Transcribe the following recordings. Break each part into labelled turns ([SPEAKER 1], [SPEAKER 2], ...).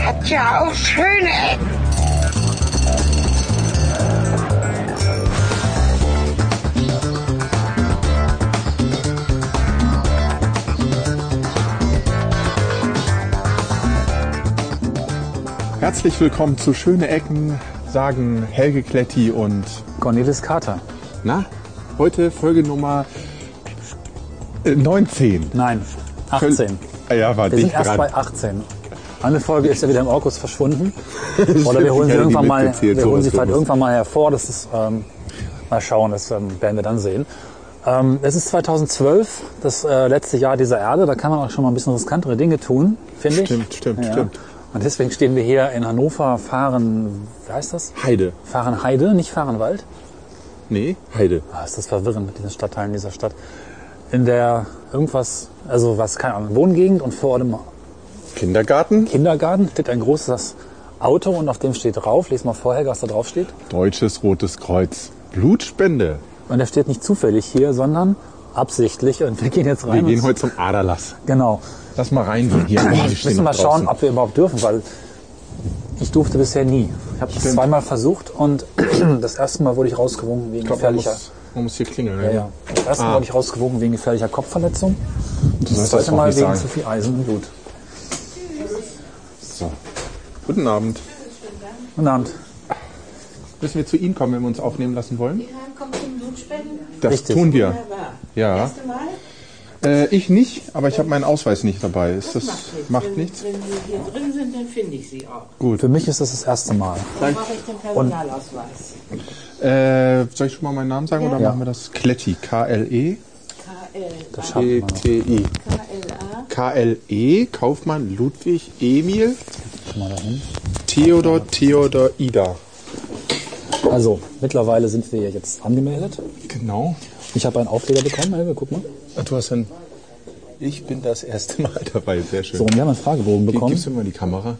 [SPEAKER 1] hat ja auch schöne Ecken.
[SPEAKER 2] Herzlich willkommen zu Schöne Ecken, sagen Helge Kletti und
[SPEAKER 3] Cornelis Carter.
[SPEAKER 2] na, heute Folge Nummer äh, 19.
[SPEAKER 3] Nein, 18.
[SPEAKER 2] Ah Ja, war
[SPEAKER 3] Wir
[SPEAKER 2] dicht
[SPEAKER 3] sind erst
[SPEAKER 2] dran.
[SPEAKER 3] bei 18. Eine Folge ist ja wieder im Orkus verschwunden. Oder wir holen
[SPEAKER 2] ich hätte
[SPEAKER 3] sie
[SPEAKER 2] die
[SPEAKER 3] irgendwann mal,
[SPEAKER 2] mitgezählt,
[SPEAKER 3] wir holen
[SPEAKER 2] sowas
[SPEAKER 3] sie vielleicht
[SPEAKER 2] Dummes.
[SPEAKER 3] irgendwann mal hervor. Das ist, ähm, mal schauen, das ähm, werden wir dann sehen. Ähm, es ist 2012, das äh, letzte Jahr dieser Erde. Da kann man auch schon mal ein bisschen riskantere Dinge tun, finde ich.
[SPEAKER 2] Stimmt, stimmt, stimmt.
[SPEAKER 3] Und deswegen stehen wir hier in Hannover, fahren, wie heißt das?
[SPEAKER 2] Heide.
[SPEAKER 3] Fahrenheide, nicht Fahrenwald.
[SPEAKER 2] Nee, Heide.
[SPEAKER 3] Ah, ist das verwirrend mit diesen Stadtteilen dieser Stadt. In der irgendwas, also was, keine Ahnung, Wohngegend und vor einem
[SPEAKER 2] Kindergarten.
[SPEAKER 3] Kindergarten steht ein großes Auto und auf dem steht drauf, les mal vorher, was da drauf steht.
[SPEAKER 2] Deutsches Rotes Kreuz. Blutspende.
[SPEAKER 3] Und der steht nicht zufällig hier, sondern absichtlich. Und wir gehen jetzt
[SPEAKER 2] Wir
[SPEAKER 3] rein.
[SPEAKER 2] gehen
[SPEAKER 3] und,
[SPEAKER 2] heute zum Aderlass.
[SPEAKER 3] genau.
[SPEAKER 2] Lass mal rein, wir hier. Boah, die
[SPEAKER 3] Wir
[SPEAKER 2] stehen
[SPEAKER 3] müssen
[SPEAKER 2] noch
[SPEAKER 3] mal schauen,
[SPEAKER 2] draußen.
[SPEAKER 3] ob wir überhaupt dürfen, weil ich durfte bisher nie. Ich habe es
[SPEAKER 2] Stimmt.
[SPEAKER 3] zweimal versucht und das erste Mal wurde ich rausgewogen wegen
[SPEAKER 2] Ich glaub, man,
[SPEAKER 3] gefährlicher.
[SPEAKER 2] muss, man muss hier klingeln.
[SPEAKER 3] Ja,
[SPEAKER 2] ne?
[SPEAKER 3] ja. Das erste Mal wurde ich rausgewogen wegen gefährlicher Kopfverletzung. Und das
[SPEAKER 2] sollst das
[SPEAKER 3] zweite
[SPEAKER 2] auch
[SPEAKER 3] Mal
[SPEAKER 2] nicht
[SPEAKER 3] wegen
[SPEAKER 2] sagen.
[SPEAKER 3] zu viel Eisen im Blut.
[SPEAKER 2] So. Guten Abend.
[SPEAKER 3] Guten Abend.
[SPEAKER 2] Müssen wir zu Ihnen kommen, wenn wir uns aufnehmen lassen wollen?
[SPEAKER 4] Ja, kommt zum Blutspenden.
[SPEAKER 2] Das
[SPEAKER 3] Richtig.
[SPEAKER 2] tun wir.
[SPEAKER 4] Wunderbar.
[SPEAKER 2] Ja.
[SPEAKER 4] Erste Mal,
[SPEAKER 2] Äh, ich nicht, aber ich habe meinen Ausweis nicht dabei. Ist das, macht
[SPEAKER 4] wenn,
[SPEAKER 2] nichts?
[SPEAKER 4] Wenn Sie hier drin sind, dann finde ich Sie auch.
[SPEAKER 3] Für mich ist das das erste Mal.
[SPEAKER 4] Dann brauche ich den Personalausweis.
[SPEAKER 2] Äh, soll ich schon mal meinen Namen sagen oder
[SPEAKER 3] Ja.
[SPEAKER 2] machen wir das? Kletti. K-L-E.
[SPEAKER 3] Das schafft man.
[SPEAKER 2] E-T-I.
[SPEAKER 4] KLA.
[SPEAKER 2] K-L-E. E, Kaufmann Ludwig Emil
[SPEAKER 3] Guck mal dahin.
[SPEAKER 2] Theodor Theodor Ida.
[SPEAKER 3] Also, mittlerweile sind wir jetzt angemeldet.
[SPEAKER 2] Genau.
[SPEAKER 3] Ich habe einen Aufkleber bekommen, Helge, guck mal.
[SPEAKER 2] Du hast ein. Ich bin das erste Mal dabei. Sehr schön.
[SPEAKER 3] So, und wir haben einen Fragebogen
[SPEAKER 2] Ge-
[SPEAKER 3] bekommen.
[SPEAKER 2] Gibst du mir mal die Kamera?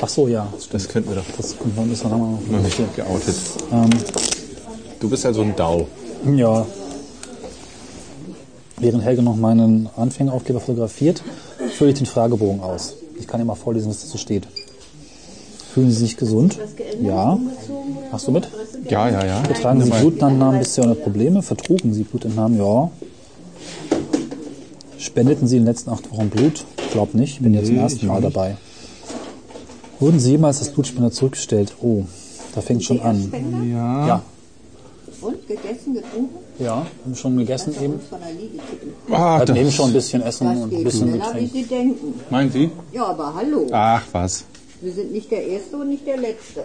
[SPEAKER 3] Ach so, ja, das
[SPEAKER 2] Das
[SPEAKER 3] stimmt.
[SPEAKER 2] könnten wir doch.
[SPEAKER 3] Das kommt man müssen wir nochmal.
[SPEAKER 2] Noch nicht geoutet. Ähm. Du bist also ein Dau.
[SPEAKER 3] Ja. Während Helge noch meinen Anfängeraufkleber fotografiert, fülle ich den Fragebogen aus. Ich kann dir mal vorlesen, was dazu steht. Fühlen Sie sich gesund? Ja. Machst du mit?
[SPEAKER 2] Ja, ja, ja.
[SPEAKER 3] Tragen Sie Blutentnahmen bisher ohne Probleme? Vertrugen Sie Blutentnahmen? Ja. Spendeten Sie in den letzten acht Wochen Blut? Glaub nicht, bin jetzt zum ersten Mal dabei. Wurden Sie jemals als Blutspender zurückgestellt? Oh, da fängt schon an.
[SPEAKER 5] Spender
[SPEAKER 3] Ja.
[SPEAKER 5] und gegessen, getrunken,
[SPEAKER 3] Ja, haben schon gegessen eben.
[SPEAKER 5] von der Liege kippen.
[SPEAKER 2] Ah,
[SPEAKER 3] Hatten
[SPEAKER 2] das-
[SPEAKER 3] eben schon ein bisschen Essen
[SPEAKER 5] Das
[SPEAKER 3] und ein
[SPEAKER 5] geht
[SPEAKER 3] bisschen Ah.
[SPEAKER 5] schneller, wie
[SPEAKER 3] Getränk.
[SPEAKER 5] Sie denken.
[SPEAKER 2] Meinen Sie?
[SPEAKER 5] Ja, aber hallo,
[SPEAKER 2] Ach was.
[SPEAKER 5] wir sind nicht der Erste und nicht der Letzte.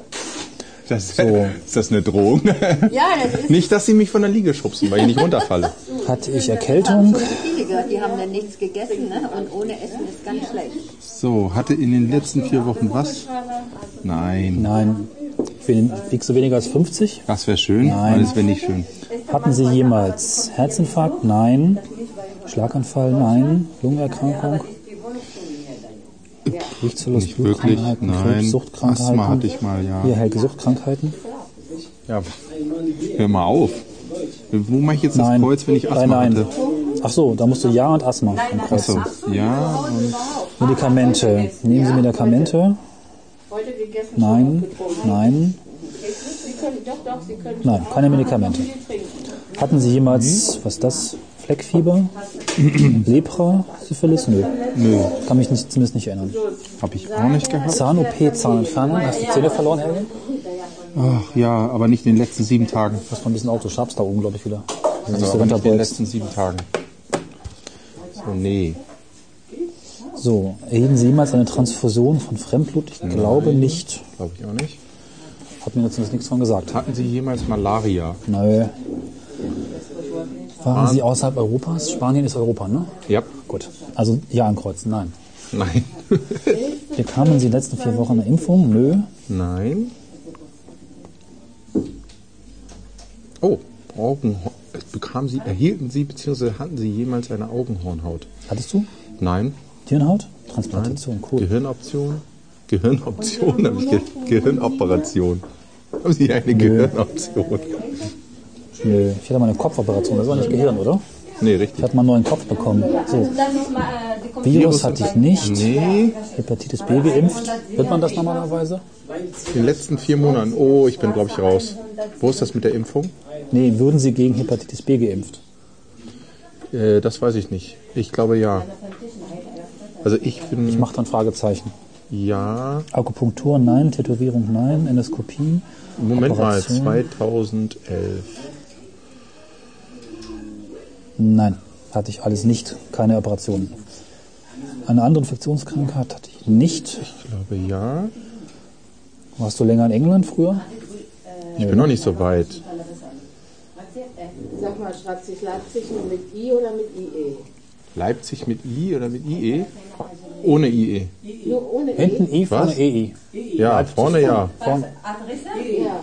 [SPEAKER 2] Das, Ist das eine Drohung?
[SPEAKER 5] Ja, das ist
[SPEAKER 2] Nicht, dass Sie mich von der Liege schubsen, weil ich nicht runterfalle.
[SPEAKER 3] Hatte ich
[SPEAKER 5] schon
[SPEAKER 3] Erkältung?
[SPEAKER 5] viele gehört, die haben dann nichts gegessen ne? und ohne Essen ist ganz schlecht.
[SPEAKER 2] So, hatte in den letzten vier Wochen was? Nein.
[SPEAKER 3] Nein. Wen- Wiegst du weniger als 50?
[SPEAKER 2] Das wäre schön.
[SPEAKER 3] Nein.
[SPEAKER 2] Alles wäre nicht schön.
[SPEAKER 3] Hatten Sie jemals Herzinfarkt? Nein. Schlaganfall? Nein. Lungenerkrankung? Gewichtsverlust,
[SPEAKER 2] Nicht wirklich,
[SPEAKER 3] Blutkrankheiten,
[SPEAKER 2] nein.
[SPEAKER 3] Krebs, Suchtkrankheiten.
[SPEAKER 2] Asthma hatte ich mal, ja.
[SPEAKER 3] Hier, Helge, Suchtkrankheiten?
[SPEAKER 2] Ja, hör mal auf. Wo mache ich jetzt das
[SPEAKER 3] Nein.
[SPEAKER 2] Kreuz, wenn ich Asthma
[SPEAKER 3] nein, nein.
[SPEAKER 2] hatte?
[SPEAKER 3] Ach so, da musst du Ja und Asthma vom Kreuz.
[SPEAKER 2] So, ja, und
[SPEAKER 3] Medikamente. Nehmen Sie Medikamente?
[SPEAKER 4] Heute gegessen, schon
[SPEAKER 3] Nein.
[SPEAKER 4] und getrunken.
[SPEAKER 3] Nein.
[SPEAKER 4] Sie können, doch, doch, Sie können
[SPEAKER 3] Nein, keine Medikamente.
[SPEAKER 4] schon viel trinken.
[SPEAKER 3] Hatten Sie jemals, was ist das? Fleckfieber? Lepra? Syphilis? Nö. Nö. Kann mich nicht, zumindest nicht erinnern.
[SPEAKER 2] habe ich auch nicht gehabt.
[SPEAKER 3] Zahn-OP, Zahnentfernung. Hast du Zähne verloren, Helge?
[SPEAKER 2] Ach ja, aber nicht in den letzten sieben Tagen.
[SPEAKER 3] Muss mal ein bisschen Auto schabst da oben, glaube ich, wieder.
[SPEAKER 2] Also,
[SPEAKER 3] Also,
[SPEAKER 2] aber nicht in den
[SPEAKER 3] runterbeugst.
[SPEAKER 2] letzten sieben Tagen. So, nee.
[SPEAKER 3] so, erhielten Sie jemals eine Transfusion von Fremdblut? Ich glaube nicht.
[SPEAKER 2] Glaube ich auch nicht.
[SPEAKER 3] Hat mir zumindest nichts von gesagt.
[SPEAKER 2] Hatten Sie jemals Malaria?
[SPEAKER 3] Nö. Waren Sie außerhalb Europas? Spanien ist Europa, ne?
[SPEAKER 2] Ja.
[SPEAKER 3] Gut. Also ja ankreuzen, nein.
[SPEAKER 2] Nein.
[SPEAKER 3] Bekamen Sie in den letzten vier Wochen eine Impfung? Nö.
[SPEAKER 2] Nein. Oh, Augenhorn. Bekamen Sie, erhielten Sie bzw. hatten Sie jemals eine Augenhornhaut?
[SPEAKER 3] Hattest du?
[SPEAKER 2] Nein.
[SPEAKER 3] Tierenhaut? Transplantation, cool.
[SPEAKER 2] Gehirnoption? Gehirnoption habe ich ge Gehirnoperation. Haben Sie eine Gehirnoption?
[SPEAKER 3] Nö. Ich hatte mal eine Kopfoperation, das ist auch nicht Gehirn, oder?
[SPEAKER 2] Nee,
[SPEAKER 3] Ich
[SPEAKER 2] richtig.
[SPEAKER 3] habe mal einen neuen Kopf bekommen. So,
[SPEAKER 6] Dann nochmal äh, die Kom-
[SPEAKER 3] Virus hatte ich nicht.
[SPEAKER 2] Nee,
[SPEAKER 3] Hepatitis B geimpft. Wird man das normalerweise?
[SPEAKER 2] in den letzten vier Monaten. Oh, ich bin, glaube ich, raus. Wo ist das mit der Impfung?
[SPEAKER 3] Nee, würden Sie gegen Hepatitis B geimpft?
[SPEAKER 2] Äh, das weiß ich nicht. Ich glaube ja. Also ich
[SPEAKER 3] Ich
[SPEAKER 2] bin
[SPEAKER 3] mache dann Fragezeichen.
[SPEAKER 2] ja.
[SPEAKER 3] Akupunktur nein, Tätowierung nein, Endoskopie.
[SPEAKER 2] Moment mal,
[SPEAKER 3] Operation?
[SPEAKER 2] 2011.
[SPEAKER 3] Nein, hatte ich alles nicht. Keine Operationen. Eine andere Infektionskrankheit hatte ich nicht.
[SPEAKER 2] Ich glaube ja.
[SPEAKER 3] Warst du länger in England früher?
[SPEAKER 2] Ich bin noch nicht so weit.
[SPEAKER 4] Sag mal, schreibt sich Leipzig nur mit I E? oder mit IE?
[SPEAKER 2] Leipzig mit I E? oder mit IE? Ohne IE.
[SPEAKER 4] Nur ohne E?
[SPEAKER 3] Hinten I vorne
[SPEAKER 2] Was?
[SPEAKER 3] EI.
[SPEAKER 2] Ja, vorne ja.
[SPEAKER 3] Vorne.
[SPEAKER 6] Adresse?
[SPEAKER 4] Ja.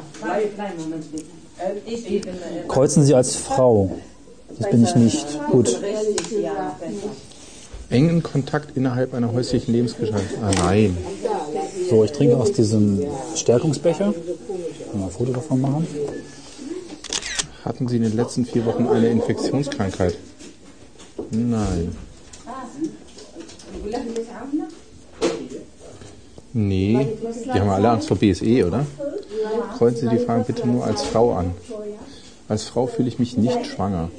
[SPEAKER 6] Ich bin äh,
[SPEAKER 3] Kreuzen Sie als Frau. Das bin ich nicht. Gut.
[SPEAKER 4] Ehrlich gesagt, nicht.
[SPEAKER 2] Engen Kontakt innerhalb einer häuslichen Lebensgemeinschaft. Ah nein.
[SPEAKER 3] So, ich trinke aus diesem Stärkungsbecher. Mal ein Foto davon machen.
[SPEAKER 2] Hatten Sie in den letzten vier Wochen eine Infektionskrankheit? Nein. Nee, die haben alle Angst vor BSE, oder? Kreuzen Sie die Fragen bitte nur als Frau an. Als Frau fühle ich mich nicht schwanger.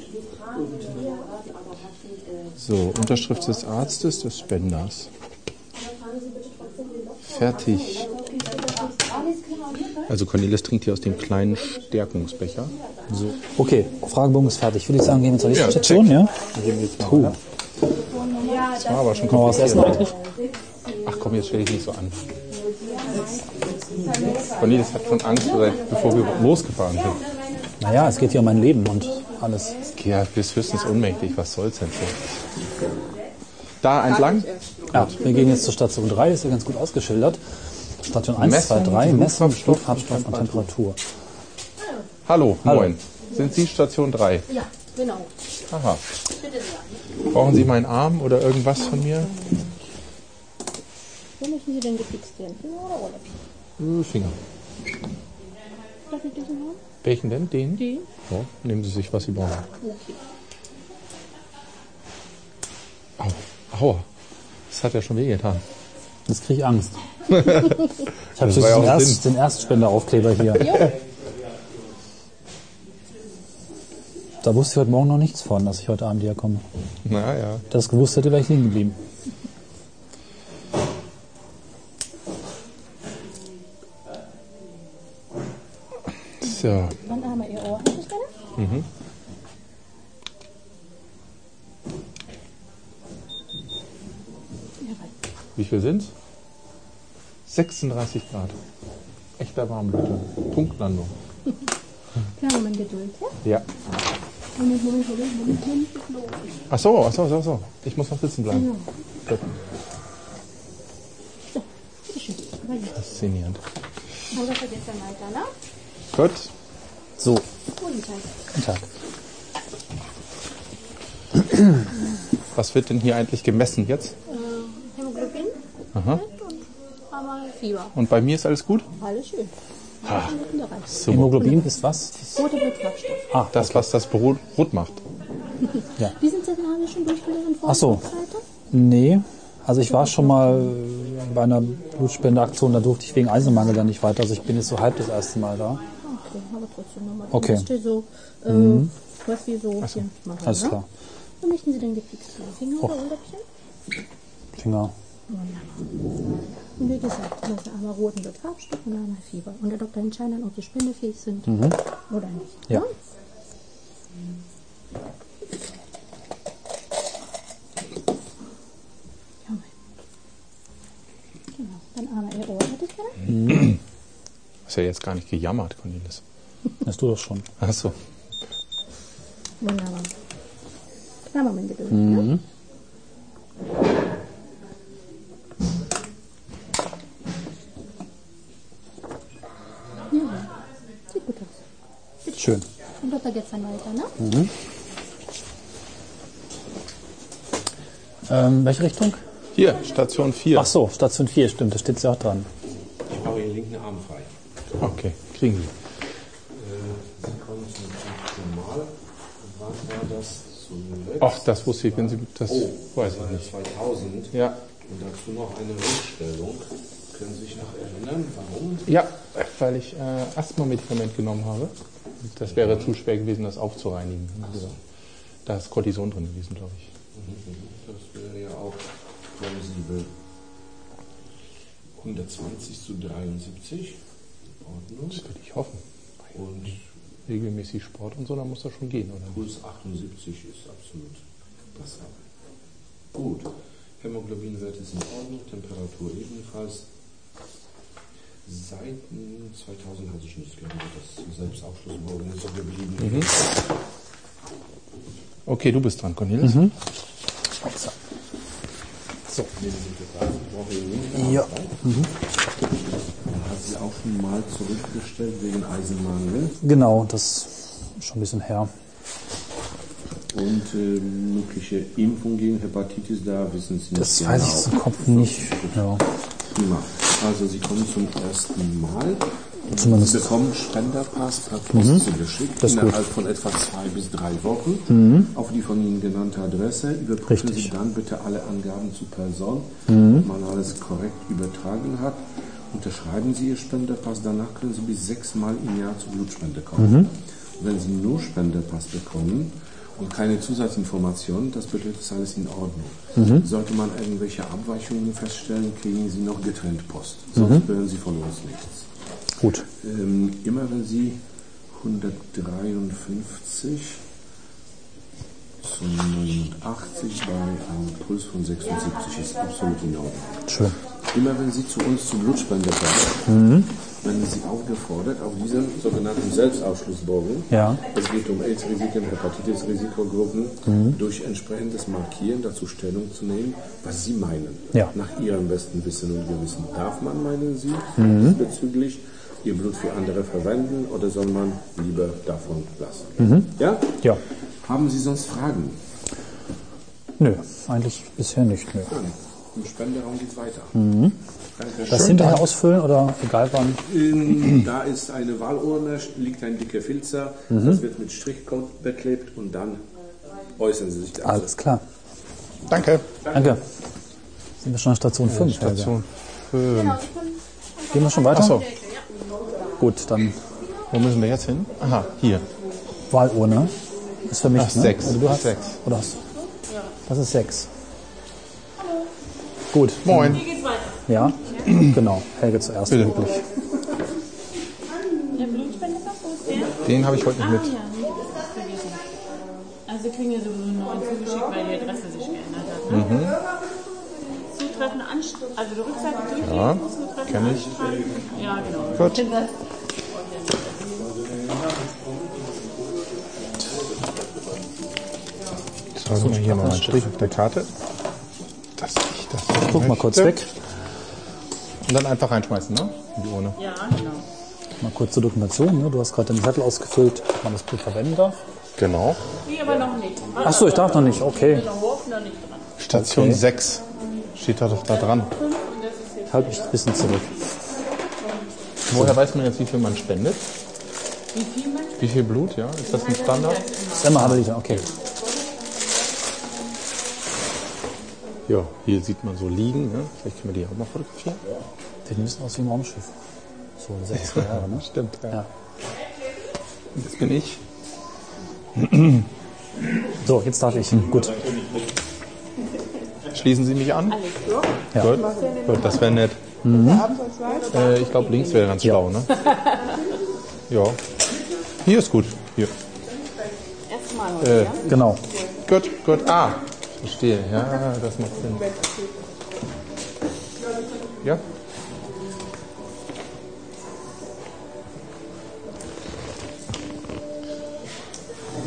[SPEAKER 2] So, Unterschrift des Arztes, des Spenders. Fertig. Also Cornelis trinkt hier aus dem kleinen Stärkungsbecher.
[SPEAKER 3] Okay, Fragebogen ist fertig. Würde ich sagen, gehen wir zur nächsten
[SPEAKER 2] Ja,
[SPEAKER 3] Station, ja?
[SPEAKER 2] Cool. Das war Ah, aber schon
[SPEAKER 3] Noch was essen eigentlich?
[SPEAKER 2] Ach komm, jetzt stell dich nicht so an. Cornelis hat schon Angst, seit bevor wir losgefahren sind.
[SPEAKER 3] Naja, es geht hier um mein Leben und alles.
[SPEAKER 2] Ja, du bist höchstens ohnmächtig. Was soll's denn so? Da entlang?
[SPEAKER 3] Ja, wir gehen jetzt zur Station 3, das ist ja ganz gut ausgeschildert. Station 1,
[SPEAKER 2] Messung,
[SPEAKER 3] 2, 3, Messung,
[SPEAKER 2] Blutfarbstoff und
[SPEAKER 3] Blutfarbstoff und Temperatur.
[SPEAKER 2] Hallo,
[SPEAKER 3] Hallo.
[SPEAKER 2] moin. Sind Sie Station 3? Ja, genau. Aha. Brauchen Sie meinen Arm oder irgendwas von mir?
[SPEAKER 7] Wo möchten Sie denn gefixt werden? Finger oder ohne?
[SPEAKER 2] Äh, Finger.
[SPEAKER 7] Darf ich diesen haben?
[SPEAKER 2] Welchen denn? Den? Den. So, nehmen Sie sich, was Sie brauchen. Au, aua. Das hat ja schon wehgetan.
[SPEAKER 3] Jetzt kriege ich Angst. ich habe
[SPEAKER 2] war ja
[SPEAKER 3] schließlich den,
[SPEAKER 2] auch
[SPEAKER 3] Erst, den Erstspenderaufkleber hier. da wusste ich heute Morgen noch nichts von, dass ich heute Abend hier komme.
[SPEAKER 2] Naja.
[SPEAKER 3] Das gewusst hätte, wäre ich liegen geblieben.
[SPEAKER 2] So.
[SPEAKER 7] Wann haben wir Ihr Ohr? Hat das gerne?
[SPEAKER 2] Mhm. Wie viel sind's? 36 Grad. Echter warm, Leute. Punktlandung.
[SPEAKER 7] Kleinen Moment Geduld, ja?
[SPEAKER 2] Ja.
[SPEAKER 7] Moment, Moment, Moment, Moment, Moment. Genau.
[SPEAKER 2] Ach so, ach so, ach so, ach so. Ich muss noch sitzen bleiben.
[SPEAKER 7] Bitteschön. Aber jetzt
[SPEAKER 2] Faszinierend.
[SPEAKER 7] haben wir vergessen weiter, ne?
[SPEAKER 2] Gut.
[SPEAKER 3] So,
[SPEAKER 7] Guten Tag.
[SPEAKER 3] guten Tag.
[SPEAKER 2] Was wird denn hier eigentlich gemessen jetzt?
[SPEAKER 7] Äh, Hämoglobin
[SPEAKER 2] Aha.
[SPEAKER 7] und einmal Fieber.
[SPEAKER 2] Und bei mir ist alles gut?
[SPEAKER 7] Alles schön. Alles im guten Bereich.
[SPEAKER 2] Super.
[SPEAKER 3] Hämoglobin ist was?
[SPEAKER 7] Rote Blutfarbstoffe.
[SPEAKER 3] Ah,
[SPEAKER 2] Das, was das Brot rot macht.
[SPEAKER 7] Die sind Sie haben wir schon durchgelesen vor
[SPEAKER 3] Ach so. Nee. Also ich war schon mal bei einer Blutspendeaktion, da durfte ich wegen Eisenmangel dann nicht weiter. Also ich bin jetzt so halb das erste Mal da.
[SPEAKER 7] Okay, aber trotzdem nochmal.
[SPEAKER 3] Okay. Mhm. Also,
[SPEAKER 7] Das steht so, äh, was wir so hier machen.
[SPEAKER 3] Alles
[SPEAKER 7] ne?
[SPEAKER 3] klar.
[SPEAKER 7] Wo möchten Sie denn gefixt werden? Finger oder Ohrläppchen?
[SPEAKER 3] Finger.
[SPEAKER 7] Und wie gesagt, das ist einmal roten Betragstoff und einmal Fieber. Und der Doktor entscheidet dann, ob sie spendefähig sind oder
[SPEAKER 3] Mhm.
[SPEAKER 7] nicht. ne?
[SPEAKER 3] Ja.
[SPEAKER 7] Genau. Dann einmal ihr Ohr, hätte ich gerne.
[SPEAKER 2] Hast ja jetzt gar nicht gejammert, Cornelis.
[SPEAKER 3] Das du doch schon.
[SPEAKER 2] Ach so.
[SPEAKER 7] Wunderbar. Kleiner Moment Geduld. Ne? Ja, sieht gut aus.
[SPEAKER 3] Schön.
[SPEAKER 7] Und Doktor geht's dann weiter, ne?
[SPEAKER 8] Mhm.
[SPEAKER 3] Ähm, welche Richtung?
[SPEAKER 2] Hier, Station 4.
[SPEAKER 3] Ach so, Station 4, stimmt, da steht ja auch dran.
[SPEAKER 9] Ich mache Ihren linken Arm frei.
[SPEAKER 2] Okay, kriegen Sie.
[SPEAKER 9] Sie kommen zum fünften Mal. Wann war das zuletzt?
[SPEAKER 2] Ach, das wusste ich, wenn Sie, das
[SPEAKER 9] Oh,
[SPEAKER 2] weiß ich
[SPEAKER 9] war
[SPEAKER 2] nicht.
[SPEAKER 9] 2000.
[SPEAKER 2] Ja,
[SPEAKER 9] Und dazu noch eine Rückstellung. Können Sie sich noch erinnern, warum?
[SPEAKER 2] ja weil ich äh, Asthma-Medikament genommen habe. Das wäre zu schwer gewesen, das aufzureinigen. Also, da ist Cortison drin gewesen, glaube ich.
[SPEAKER 9] Das wäre ja auch plausibel. 120 zu 73. In Ordnung.
[SPEAKER 2] Das würde ich hoffen.
[SPEAKER 9] Und
[SPEAKER 2] Regelmäßig Sport und so, dann muss das schon gehen, oder?
[SPEAKER 9] Puls 78 ist absolut passabel. Gut. Hämoglobinwert ist in Ordnung, Temperatur ebenfalls. Seit hm, 2000 hatte ich nichts glaube ich, das Selbstausschluss im Augen ist so geblieben.
[SPEAKER 2] Okay, du bist dran, Cornelis.
[SPEAKER 3] So,
[SPEAKER 9] Ja. Hat sie auch schon mal zurückgestellt wegen Eisenmangel
[SPEAKER 3] genau, das ist schon ein bisschen her.
[SPEAKER 9] und äh, mögliche Impfung gegen Hepatitis, da wissen Sie nicht
[SPEAKER 3] Das
[SPEAKER 9] genau.
[SPEAKER 3] weiß ich aus dem Kopf nicht. Ja.
[SPEAKER 9] Prima. Also Sie kommen zum ersten Mal.
[SPEAKER 3] Zumindest.
[SPEAKER 9] Sie bekommen Spenderpass per Post zugeschickt
[SPEAKER 3] Mhm. Das ist gut. Mhm.
[SPEAKER 9] innerhalb von etwa zwei bis drei Wochen auf die von Ihnen genannte Adresse. Überprüfen
[SPEAKER 3] Richtig. Mhm.
[SPEAKER 9] Sie dann bitte alle Angaben zur Person, ob man alles korrekt übertragen hat. Unterschreiben Sie Ihr Spenderpass, danach können Sie bis sechsmal im Jahr zur Blutspende kommen. Wenn Sie nur Spenderpass bekommen und keine Zusatzinformationen, das bedeutet, es ist alles in Ordnung. Sollte man irgendwelche Abweichungen feststellen, kriegen Sie noch getrennt Post. Sonst hören Sie von uns nichts.
[SPEAKER 3] Gut.
[SPEAKER 9] Ähm, immer wenn Sie 153 zu 89 bei einem Puls von 76 ist absolut in Ordnung.
[SPEAKER 3] Schön.
[SPEAKER 9] Immer wenn Sie zu uns zur Blutspende kommen,
[SPEAKER 3] Mhm.
[SPEAKER 9] werden Sie aufgefordert, auf diesem sogenannten Selbstausschlussbogen,
[SPEAKER 3] Ja.
[SPEAKER 9] es geht um AIDS-Risiken, Hepatitis-Risikogruppen,
[SPEAKER 3] Mhm.
[SPEAKER 9] durch entsprechendes Markieren dazu Stellung zu nehmen, was Sie meinen.
[SPEAKER 3] Ja.
[SPEAKER 9] Nach Ihrem besten Wissen und Gewissen. Darf man, meinen Sie,
[SPEAKER 3] Mhm.
[SPEAKER 9] bezüglich Ihr Blut für andere verwenden oder soll man lieber davon lassen? Ja?
[SPEAKER 3] Mhm. Ja.
[SPEAKER 9] Haben Sie sonst Fragen?
[SPEAKER 3] Nö, eigentlich bisher nicht. Nö.
[SPEAKER 9] Dann, Im Spenderaum geht weiter. Danke
[SPEAKER 3] Mhm. Das hinterher ausfüllen oder egal wann?
[SPEAKER 9] Ähm, Da ist eine Wahlurne, liegt ein dicker Filzer, das wird mit Strichcode beklebt und dann äußern Sie sich dazu.
[SPEAKER 3] Alles klar.
[SPEAKER 2] Danke.
[SPEAKER 3] Danke. Sind wir schon an Station 5?
[SPEAKER 2] Station 5.
[SPEAKER 3] Gehen wir schon weiter?
[SPEAKER 2] Achso,
[SPEAKER 3] Gut, dann
[SPEAKER 2] wo müssen wir jetzt hin? Aha, hier.
[SPEAKER 3] Wahlurne. Ist für mich
[SPEAKER 2] Ach,
[SPEAKER 3] ne?
[SPEAKER 2] sechs.
[SPEAKER 3] Also du hast
[SPEAKER 2] Sechs.
[SPEAKER 3] Oder hast, das ist 6. Gut.
[SPEAKER 2] Moin.
[SPEAKER 3] Ja, genau. Helge zuerst.
[SPEAKER 2] Bitte.
[SPEAKER 3] wirklich.
[SPEAKER 8] Der Blutspender ist gut, der?
[SPEAKER 2] Den habe ich heute nicht
[SPEAKER 8] Ah
[SPEAKER 2] mit.
[SPEAKER 8] ja, nee, das ist vergessen. Also wir kriegen ja sowieso einen neuen zugeschickt, weil die Adresse sich geändert hat. Ne? Zutreffende Anschrift, also die Rückseite
[SPEAKER 7] Ah,
[SPEAKER 8] durchlesen,
[SPEAKER 2] Ja,
[SPEAKER 8] zutreffende
[SPEAKER 2] kenn ich.
[SPEAKER 8] Anschreiben. Ja, genau.
[SPEAKER 2] Gut. Sollen wir hier mal einen Strich auf der Karte? Dass ich das
[SPEAKER 3] Guck mal kurz weg.
[SPEAKER 2] Und dann einfach reinschmeißen, ne? In die Urne.
[SPEAKER 8] Ja, genau.
[SPEAKER 3] Mal kurz zur Dokumentation. Ne? Du hast gerade den Zettel ausgefüllt, ob man das Blut verwenden darf.
[SPEAKER 2] Genau.
[SPEAKER 8] Nee, aber noch nicht.
[SPEAKER 3] Ach so, ich darf noch nicht. Okay.
[SPEAKER 8] Noch hoch, noch nicht dran.
[SPEAKER 2] Station
[SPEAKER 3] Okay.
[SPEAKER 2] 6. Steht da doch da dran.
[SPEAKER 3] Ich halte mich ein bisschen zurück.
[SPEAKER 2] Woher weiß man jetzt, wie viel man spendet?
[SPEAKER 8] Wie viel man?
[SPEAKER 2] Wie viel Blut, ja? Ist das ein Standard?
[SPEAKER 3] Ist immer habe ich Okay.
[SPEAKER 2] Ja, hier sieht man so liegen, ne? Vielleicht können wir die auch mal fotografieren.
[SPEAKER 3] Die müssen aus wie ein Raumschiff. So in 60 Jahre, ne?
[SPEAKER 2] Stimmt, ja.
[SPEAKER 3] Ja.
[SPEAKER 2] Das bin ich.
[SPEAKER 3] So, jetzt darf ich. Gut.
[SPEAKER 2] Schließen Sie mich an.
[SPEAKER 3] Ja.
[SPEAKER 2] Gut, Gut das wäre nett. Äh, ich glaube, links wäre ganz schlau, ne? Ja. Hier ist gut. Hier.
[SPEAKER 4] Erstmal
[SPEAKER 2] Äh,
[SPEAKER 3] Genau.
[SPEAKER 2] gut, gut. Ah, verstehe. Ja, das macht Sinn. Ja?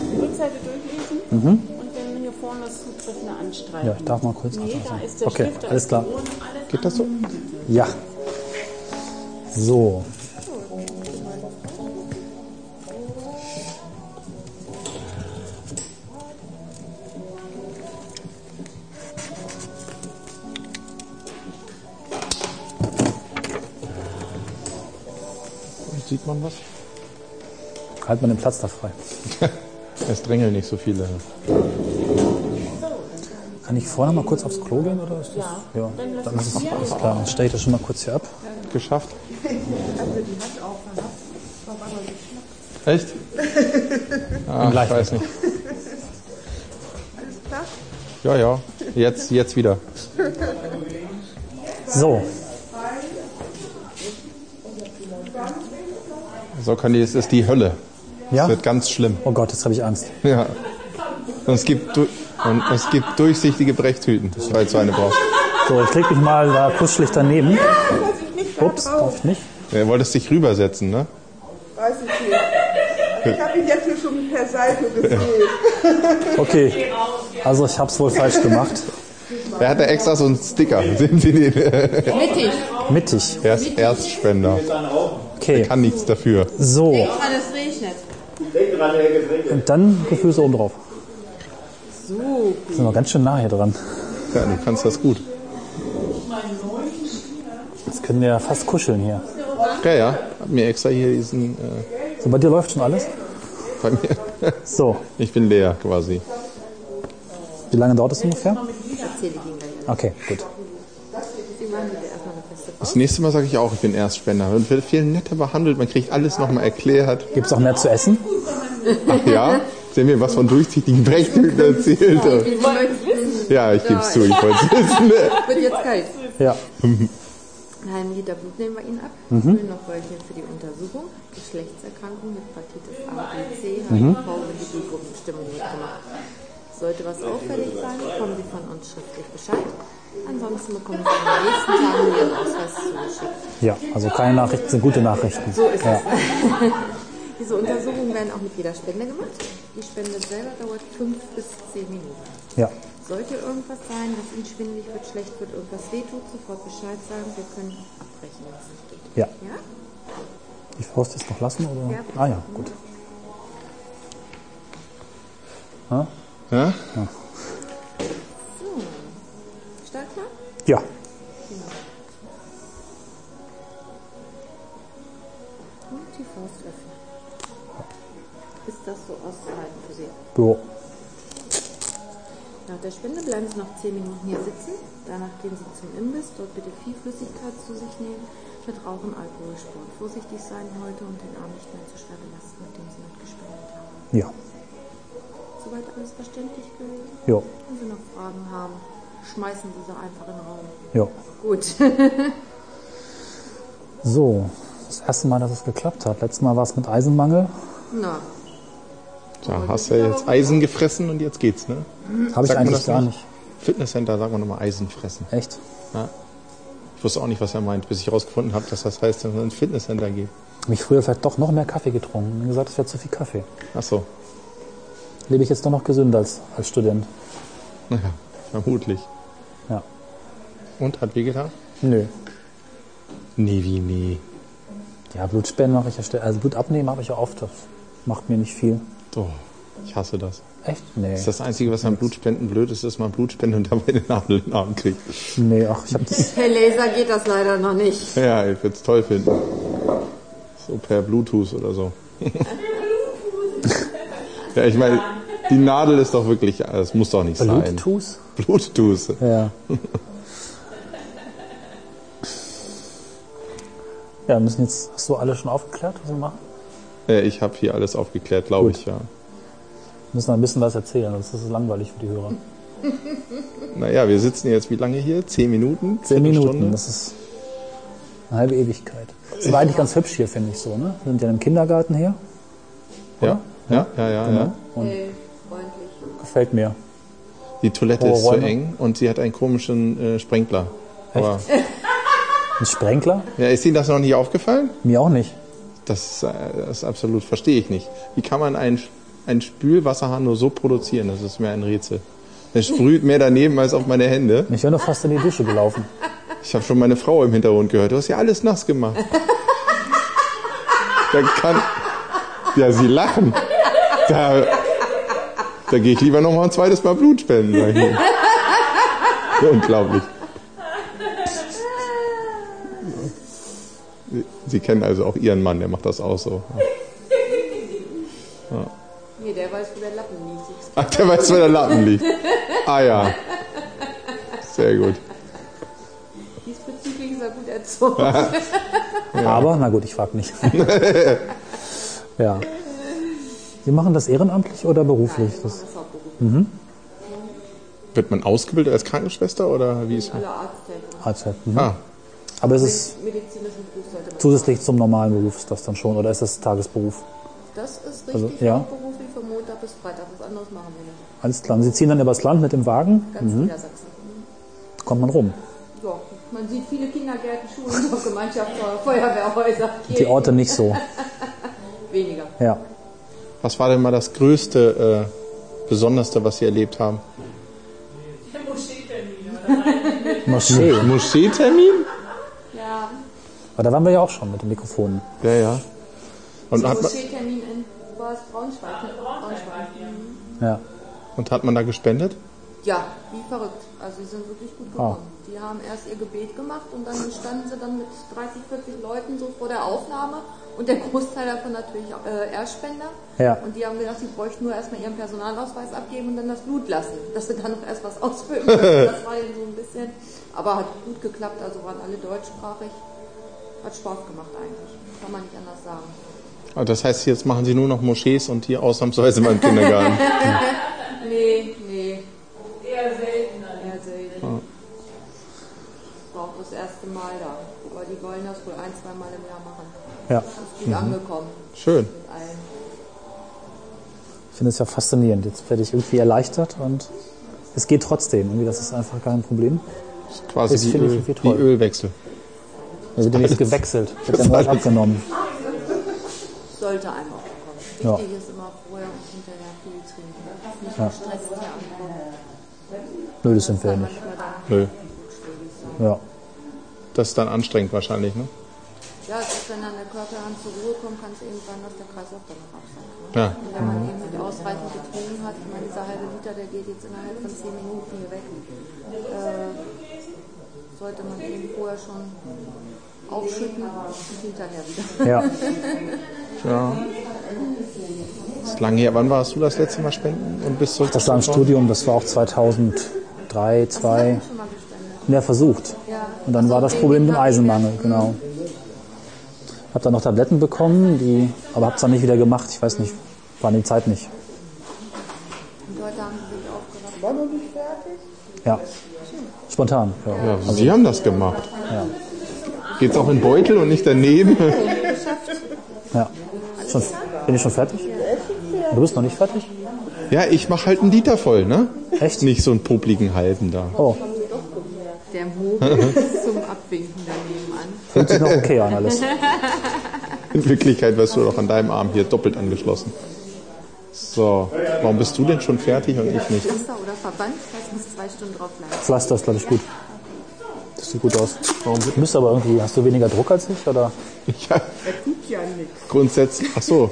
[SPEAKER 8] Die Rückseite durchlesen und dann hier vorne das zutreffende Anschreiben.
[SPEAKER 3] Ja, ich darf mal kurz
[SPEAKER 8] Nee, da
[SPEAKER 3] anfassen.
[SPEAKER 8] ist der
[SPEAKER 3] Okay,
[SPEAKER 8] Stift, da
[SPEAKER 3] alles
[SPEAKER 8] ist
[SPEAKER 3] klar.
[SPEAKER 8] Die Urne, alles
[SPEAKER 2] Geht das so?
[SPEAKER 3] Ja. So.
[SPEAKER 2] Sieht man was?
[SPEAKER 3] Halt mal den Platz da frei.
[SPEAKER 2] Es drängeln nicht so viele.
[SPEAKER 3] Kann ich vorne mal kurz aufs Klo gehen oder ist das? Ja, dann ist es alles klar. Dann stelle ich das schon mal kurz hier ab.
[SPEAKER 2] Geschafft. Echt? Ah, ich
[SPEAKER 3] gleich
[SPEAKER 2] weiß nicht. Ja, ja. Jetzt, jetzt wieder.
[SPEAKER 3] So,
[SPEAKER 2] So kann die, es ist die Hölle.
[SPEAKER 3] ja.
[SPEAKER 2] Es wird ganz schlimm.
[SPEAKER 3] Oh Gott, jetzt habe ich Angst.
[SPEAKER 2] Ja. Und es gibt, du- und es gibt durchsichtige Brechtüten, falls du eine brauchst.
[SPEAKER 3] So, ich leg mich mal da kuschelig daneben. Ups, darf ich nicht?
[SPEAKER 2] Du wolltest dich rübersetzen, ne?
[SPEAKER 10] Weiß ich nicht. Also ich habe ihn jetzt hier schon per Salto gesehen.
[SPEAKER 3] Okay, also ich habe es wohl falsch gemacht.
[SPEAKER 2] Er hatte extra so einen Sticker. Sehen Sie den?
[SPEAKER 8] Mittig.
[SPEAKER 3] Mittig.
[SPEAKER 2] Er ist Erstspender.
[SPEAKER 3] Okay,
[SPEAKER 2] Kann nichts dafür.
[SPEAKER 3] so.
[SPEAKER 5] Ah, das regnet.
[SPEAKER 3] Und dann Gefüße oben drauf. So. Sind wir ganz schön nah hier dran.
[SPEAKER 2] Ja, du kannst das gut.
[SPEAKER 3] Jetzt können wir ja fast kuscheln hier.
[SPEAKER 2] Ja, ja. Hab mir extra hier diesen. Äh,
[SPEAKER 3] So, bei dir läuft schon alles?
[SPEAKER 2] bei mir.
[SPEAKER 3] So,
[SPEAKER 2] Ich bin leer quasi.
[SPEAKER 3] wie lange dauert es ungefähr? Okay, gut.
[SPEAKER 2] Das nächste Mal sage ich auch, ich bin Erstspender. Man wird viel netter behandelt, man kriegt alles nochmal erklärt.
[SPEAKER 3] Gibt es auch mehr zu essen?
[SPEAKER 2] Ach ja? Sie haben mir was von durchsichtigen Brechtüten erzählt. Ja, ich gebe es zu, ich wollte es wissen.
[SPEAKER 5] Wird jetzt kalt.
[SPEAKER 3] Ja.
[SPEAKER 5] Einen halben Liter Blut nehmen wir Ihnen ab. Mhm. Füllen noch Röllchen für die Untersuchung. Geschlechtserkrankung, Hepatitis A, B, C, HIV und die B-Gruppenbestimmung mitgemacht. Sollte was auffällig sein, bekommen Sie von uns schriftlich Bescheid. Ansonsten bekommen Sie in den nächsten Tagen Ihren Ausweis zugeschickt.
[SPEAKER 3] Ja, also keine Nachrichten sind gute Nachrichten. So ist ja.
[SPEAKER 5] Diese Untersuchungen werden auch mit jeder Spende gemacht. Die Spende selber dauert 5 bis 10 Minuten.
[SPEAKER 3] Ja.
[SPEAKER 5] Sollte irgendwas sein, dass Ihnen schwindelig wird, schlecht wird, irgendwas wehtut, sofort Bescheid sagen. Wir können abbrechen, wenn es nicht geht.
[SPEAKER 3] Ja.
[SPEAKER 5] Ja?
[SPEAKER 3] Die Faust ist noch lassen, oder?
[SPEAKER 5] Ja.
[SPEAKER 3] Ah ja, gut.
[SPEAKER 2] Ja?
[SPEAKER 5] Startklar?
[SPEAKER 3] Ja.
[SPEAKER 5] Und Hm, die Faust öffnen. Ist das so auszuhalten für Sie?
[SPEAKER 3] Jo.
[SPEAKER 5] Nach der Spende bleiben Sie noch 10 Minuten hier sitzen. Danach gehen Sie zum Imbiss. Dort bitte viel Flüssigkeit zu sich nehmen. Mit Rauchen, Alkohol, Sport vorsichtig sein heute und den Arm nicht mehr zu schwer belasten, mit dem Sie nicht gespendet haben.
[SPEAKER 3] Ja.
[SPEAKER 5] Soweit alles verständlich gewesen?
[SPEAKER 3] Jo.
[SPEAKER 5] Wenn Sie noch Fragen haben, schmeißen Sie sie einfach in den Raum.
[SPEAKER 3] Jo.
[SPEAKER 5] Gut.
[SPEAKER 3] So. Das erste Mal, dass es geklappt hat. Letztes Mal war es mit Eisenmangel.
[SPEAKER 5] Na,
[SPEAKER 2] Da hast du jetzt Eisen gefressen und jetzt geht's, ne?
[SPEAKER 3] Habe
[SPEAKER 2] Sagt
[SPEAKER 3] ich
[SPEAKER 2] man
[SPEAKER 3] eigentlich
[SPEAKER 2] das
[SPEAKER 3] gar
[SPEAKER 2] nicht?
[SPEAKER 3] nicht.
[SPEAKER 2] Fitnesscenter sagt man nochmal Eisen fressen.
[SPEAKER 3] Echt?
[SPEAKER 2] Ich wusste auch nicht, was er meint, bis ich herausgefunden habe, dass das heißt, dass man ins Fitnesscenter geht.
[SPEAKER 3] Hab ich früher vielleicht doch noch mehr Kaffee getrunken. Mir gesagt, es wäre zu viel Kaffee.
[SPEAKER 2] Ach so.
[SPEAKER 3] Lebe ich jetzt doch noch gesünder als, als Student.
[SPEAKER 2] Naja, vermutlich.
[SPEAKER 3] Ja.
[SPEAKER 2] Und hat wehgetan?
[SPEAKER 3] Nö.
[SPEAKER 2] Nee, wie nee.
[SPEAKER 3] Ja, Blutspenden mache ich ja schnell. Also Blut abnehmen habe ich ja oft. Das macht mir nicht viel.
[SPEAKER 2] Doch, ich hasse das.
[SPEAKER 3] Echt? Nee.
[SPEAKER 2] Das ist das Einzige, was am Blutspenden blöd ist, ist, dass man Blut spendet und dabei eine Nadel in den Arm kriegt.
[SPEAKER 3] Nee, ach, ich habe das.
[SPEAKER 5] per Laser geht das leider noch nicht.
[SPEAKER 2] Ja, ich würde es toll finden. So per Bluetooth oder so. ja, ich meine, die Nadel ist doch wirklich, das muss doch nicht sein.
[SPEAKER 3] Bluetooth?
[SPEAKER 2] Bluetooth.
[SPEAKER 3] Ja. ja, müssen jetzt. Hast du alle schon aufgeklärt, was wir machen?
[SPEAKER 2] Äh, ich habe hier alles aufgeklärt, glaube
[SPEAKER 3] Gut.
[SPEAKER 2] ich, ja.
[SPEAKER 3] Wir müssen ein bisschen was erzählen, sonst ist es langweilig für die Hörer.
[SPEAKER 2] Naja, wir sitzen jetzt wie lange hier? Zehn Minuten?
[SPEAKER 3] Zehn Minuten,
[SPEAKER 2] Viertelstunde?
[SPEAKER 3] das ist eine halbe Ewigkeit. Es war eigentlich ganz hübsch hier, finde ich so, ne? Wir sind ja im Kindergarten hier.
[SPEAKER 2] Ja, ja, ja, ja,
[SPEAKER 3] Genau.
[SPEAKER 2] ja.
[SPEAKER 3] Gefällt mir.
[SPEAKER 2] Die Toilette
[SPEAKER 3] Hohe
[SPEAKER 2] ist zu
[SPEAKER 3] Räume.
[SPEAKER 2] eng und sie hat einen komischen äh, Sprenkler. Aber,
[SPEAKER 3] Ein Sprenkler?
[SPEAKER 2] ja, ist Ihnen das noch nicht aufgefallen?
[SPEAKER 3] Mir auch nicht.
[SPEAKER 2] Das, äh, das absolut verstehe ich nicht. Wie kann man einen, einen Spülwasserhahn nur so produzieren? Das ist mir ein Rätsel. Er sprüht mehr daneben als auf meine Hände.
[SPEAKER 3] Ich wäre noch fast in die Dusche gelaufen.
[SPEAKER 2] Ich habe schon meine Frau im Hintergrund gehört. Du hast ja alles nass gemacht. Da kann. Ja, sie lachen. Da, da gehe ich lieber noch mal ein zweites Mal Blut spenden. sag ich mir. Unglaublich. Sie, sie kennen also auch ihren Mann, der macht das auch so.
[SPEAKER 5] Nee, der weiß, wo der Lappen liegt.
[SPEAKER 2] Ach, der weiß, wo der Lappen liegt. Ah ja. Sehr gut.
[SPEAKER 5] Diesbezüglich ist er gut erzogen.
[SPEAKER 3] Aber, na gut, ich frage nicht. ja. Sie machen das ehrenamtlich oder beruflich? Das, mhm.
[SPEAKER 2] Wird man ausgebildet als Krankenschwester oder wie ist man?
[SPEAKER 5] Alle Arzthelfer.
[SPEAKER 3] Halbzeit. Mhm.
[SPEAKER 2] Ah,
[SPEAKER 3] Aber ist es
[SPEAKER 5] Medizinischen Beruf sollte man.
[SPEAKER 3] zusätzlich zum normalen Beruf ist das dann schon oder ist das Tagesberuf?
[SPEAKER 5] Das ist richtig
[SPEAKER 3] Also, ja.
[SPEAKER 5] hauptberuflich von Montag bis Freitag. Was anderes machen wir nicht.
[SPEAKER 3] Alles klar. Und Sie ziehen dann übers Land mit dem Wagen,
[SPEAKER 5] Ganz Niedersachsen.
[SPEAKER 3] kommt man rum.
[SPEAKER 5] Ja, man sieht viele Kindergärten, Schulen, Gemeinschaftshäuser, Feuerwehrhäuser.
[SPEAKER 3] Die Orte nicht so.
[SPEAKER 5] Weniger.
[SPEAKER 3] Ja.
[SPEAKER 2] Was war denn mal das Größte, äh, Besonderste, was Sie erlebt haben?
[SPEAKER 3] Moschee.
[SPEAKER 2] Moscheetermin?
[SPEAKER 5] Ja,
[SPEAKER 3] Aber da waren wir ja auch schon mit den Mikrofonen.
[SPEAKER 2] Ja, ja. Und hat, man,
[SPEAKER 5] Moscheetermin in war es Braunschweig. ne? Braunschweig. Mhm.
[SPEAKER 3] Ja.
[SPEAKER 2] und hat man da gespendet?
[SPEAKER 5] Ja, wie verrückt. Also die sind wirklich gut gekommen. Die haben erst ihr Gebet gemacht und dann standen sie dann mit 30, 40 Leuten so vor der Aufnahme und der Großteil davon natürlich äh, Erstspender.
[SPEAKER 3] Ja.
[SPEAKER 5] Und die haben gedacht, sie bräuchten nur erstmal ihren Personalausweis abgeben und dann das Blut lassen, dass sie dann noch erst was ausfüllen können. Das war ihnen so ein bisschen. Aber hat gut geklappt, also waren alle deutschsprachig. Hat Spaß gemacht eigentlich. Kann man nicht anders sagen.
[SPEAKER 2] Ah, Das heißt, jetzt machen Sie nur noch Moschees und hier ausnahmsweise mal im Kindergarten.
[SPEAKER 5] Nee, nee. Eher selten. War auch das erste Mal da. Aber die wollen das wohl ein, zwei Mal im Jahr machen.
[SPEAKER 3] Ja.
[SPEAKER 5] Ist gut angekommen
[SPEAKER 2] Schön.
[SPEAKER 5] mit allen.
[SPEAKER 3] Ich finde es ja faszinierend. Jetzt werde ich irgendwie erleichtert und es geht trotzdem. Irgendwie, das ist einfach kein Problem.
[SPEAKER 2] Quasi
[SPEAKER 3] Das
[SPEAKER 2] wie,
[SPEAKER 3] finde ich
[SPEAKER 2] Öl,
[SPEAKER 3] irgendwie
[SPEAKER 2] wie
[SPEAKER 3] toll.
[SPEAKER 2] Ölwechsel.
[SPEAKER 3] Da wird ja nichts gewechselt, wird ja neu abgenommen.
[SPEAKER 5] Sollte einem auch bekommen.
[SPEAKER 3] Ja.
[SPEAKER 5] Wichtig ist immer vorher und hinterher viel trinken. Nicht gestresst hier ankommen.
[SPEAKER 3] Nö, das sind wir ja nicht.
[SPEAKER 5] Manchmal dann
[SPEAKER 2] Nö.
[SPEAKER 3] Ja.
[SPEAKER 2] Das ist dann anstrengend wahrscheinlich, ne?
[SPEAKER 5] Ja, es ist, wenn dann der Körper dann zur Ruhe kommt, kann es eben sein, dass der Kreislauf dann noch absackt. Ne?
[SPEAKER 2] Ja.
[SPEAKER 5] Und wenn man
[SPEAKER 3] Mhm.
[SPEAKER 5] eben nicht ausreichend getrunken hat, ich meine, dieser halbe Liter, der geht jetzt innerhalb von 10 Minuten hier weg, äh, sollte man eben vorher schon aufschütten und hinterher wieder.
[SPEAKER 3] Ja.
[SPEAKER 2] ja. Ist lange her. Wann warst du das letzte Mal spenden und bist zurück?
[SPEAKER 3] Das war im Studium, das war auch 2003, 2.
[SPEAKER 5] Schon mal gespendet.
[SPEAKER 3] Ja, versucht.
[SPEAKER 5] Ja.
[SPEAKER 3] Und dann war das Problem mit dem Eisenmangel, genau. Hab dann noch Tabletten bekommen, die, aber hab's dann nicht wieder gemacht. Ich weiß nicht, war in die Zeit nicht.
[SPEAKER 5] Und heute haben sie sich aufgerafft.
[SPEAKER 10] War noch nicht fertig?
[SPEAKER 3] Ja. Spontan. Ja.
[SPEAKER 2] Ja, Sie haben das gemacht. Geht's auch in Beutel und nicht daneben?
[SPEAKER 3] ja. Schon, bin ich schon fertig? Du bist noch nicht fertig?
[SPEAKER 2] Ja, ich mache halt einen Liter voll, ne?
[SPEAKER 3] Echt?
[SPEAKER 2] Nicht so einen publiken halben da.
[SPEAKER 3] Oh,
[SPEAKER 5] Der Mobil ist zum Abwinken daneben an.
[SPEAKER 3] fühlt sich noch okay an alles.
[SPEAKER 2] In Wirklichkeit wirst du doch an deinem Arm hier doppelt angeschlossen. So, warum bist du denn schon fertig und ich nicht?
[SPEAKER 5] Pflaster oder Verband, das muss zwei Stunden drauf bleiben.
[SPEAKER 3] Pflaster ist, glaube ich, gut. Das sieht gut aus. Warum du bist aber irgendwie, hast du weniger Druck als ich? Oder
[SPEAKER 2] Ich hab grundsätzlich. Ach so,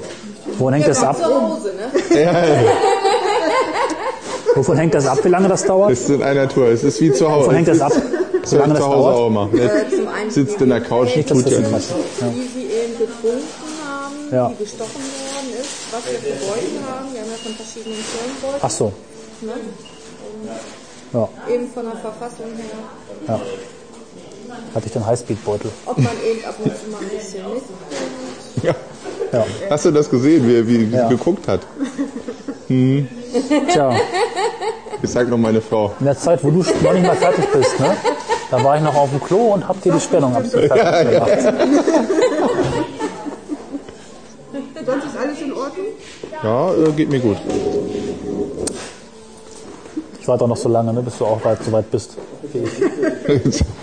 [SPEAKER 3] wovon hängt das ab?
[SPEAKER 5] Hose, ne?
[SPEAKER 3] Wovon hängt das ab, wie lange das dauert?
[SPEAKER 2] ist in einer Tour. Es ist wie zu
[SPEAKER 3] Wovon hängt
[SPEAKER 2] Hause.
[SPEAKER 3] das ab,
[SPEAKER 2] Das
[SPEAKER 3] wie lange
[SPEAKER 2] kann ich
[SPEAKER 3] das
[SPEAKER 2] zu Hause
[SPEAKER 3] dauert?
[SPEAKER 2] auch machen. Jetzt sitzt in der Couch,
[SPEAKER 3] Nicht, dass
[SPEAKER 2] tut ja
[SPEAKER 3] wir es
[SPEAKER 2] nichts.
[SPEAKER 3] nicht ja.
[SPEAKER 5] wie sie eben getrunken haben,
[SPEAKER 3] Ja.
[SPEAKER 5] wie gestochen worden ist, was wir für Beuten haben. Wir haben ja von verschiedenen Firmen Beuten,
[SPEAKER 3] Ach so.
[SPEAKER 5] ne?
[SPEAKER 3] Ja.
[SPEAKER 5] eben von der Verfassung her.
[SPEAKER 3] Ja. Hatte ich den Highspeed-Beutel.
[SPEAKER 5] Ob man eben ab und zu mal ein bisschen mitbringt.
[SPEAKER 2] Ja.
[SPEAKER 3] Ja.
[SPEAKER 2] Hast du das gesehen, wie er wie
[SPEAKER 3] Ja.
[SPEAKER 2] geguckt hat? Hm.
[SPEAKER 3] Tja,
[SPEAKER 2] Ich sag noch meine Frau.
[SPEAKER 3] in der Zeit, wo du noch nicht mal fertig bist, ne? Da war ich noch auf dem Klo und hab dir die Spannung absolut fertig gemacht.
[SPEAKER 10] Sonst ist alles in Ordnung?
[SPEAKER 2] Ja, äh, geht mir gut.
[SPEAKER 3] Ich warte auch noch so lange, ne? Bis du auch weit, so weit bist.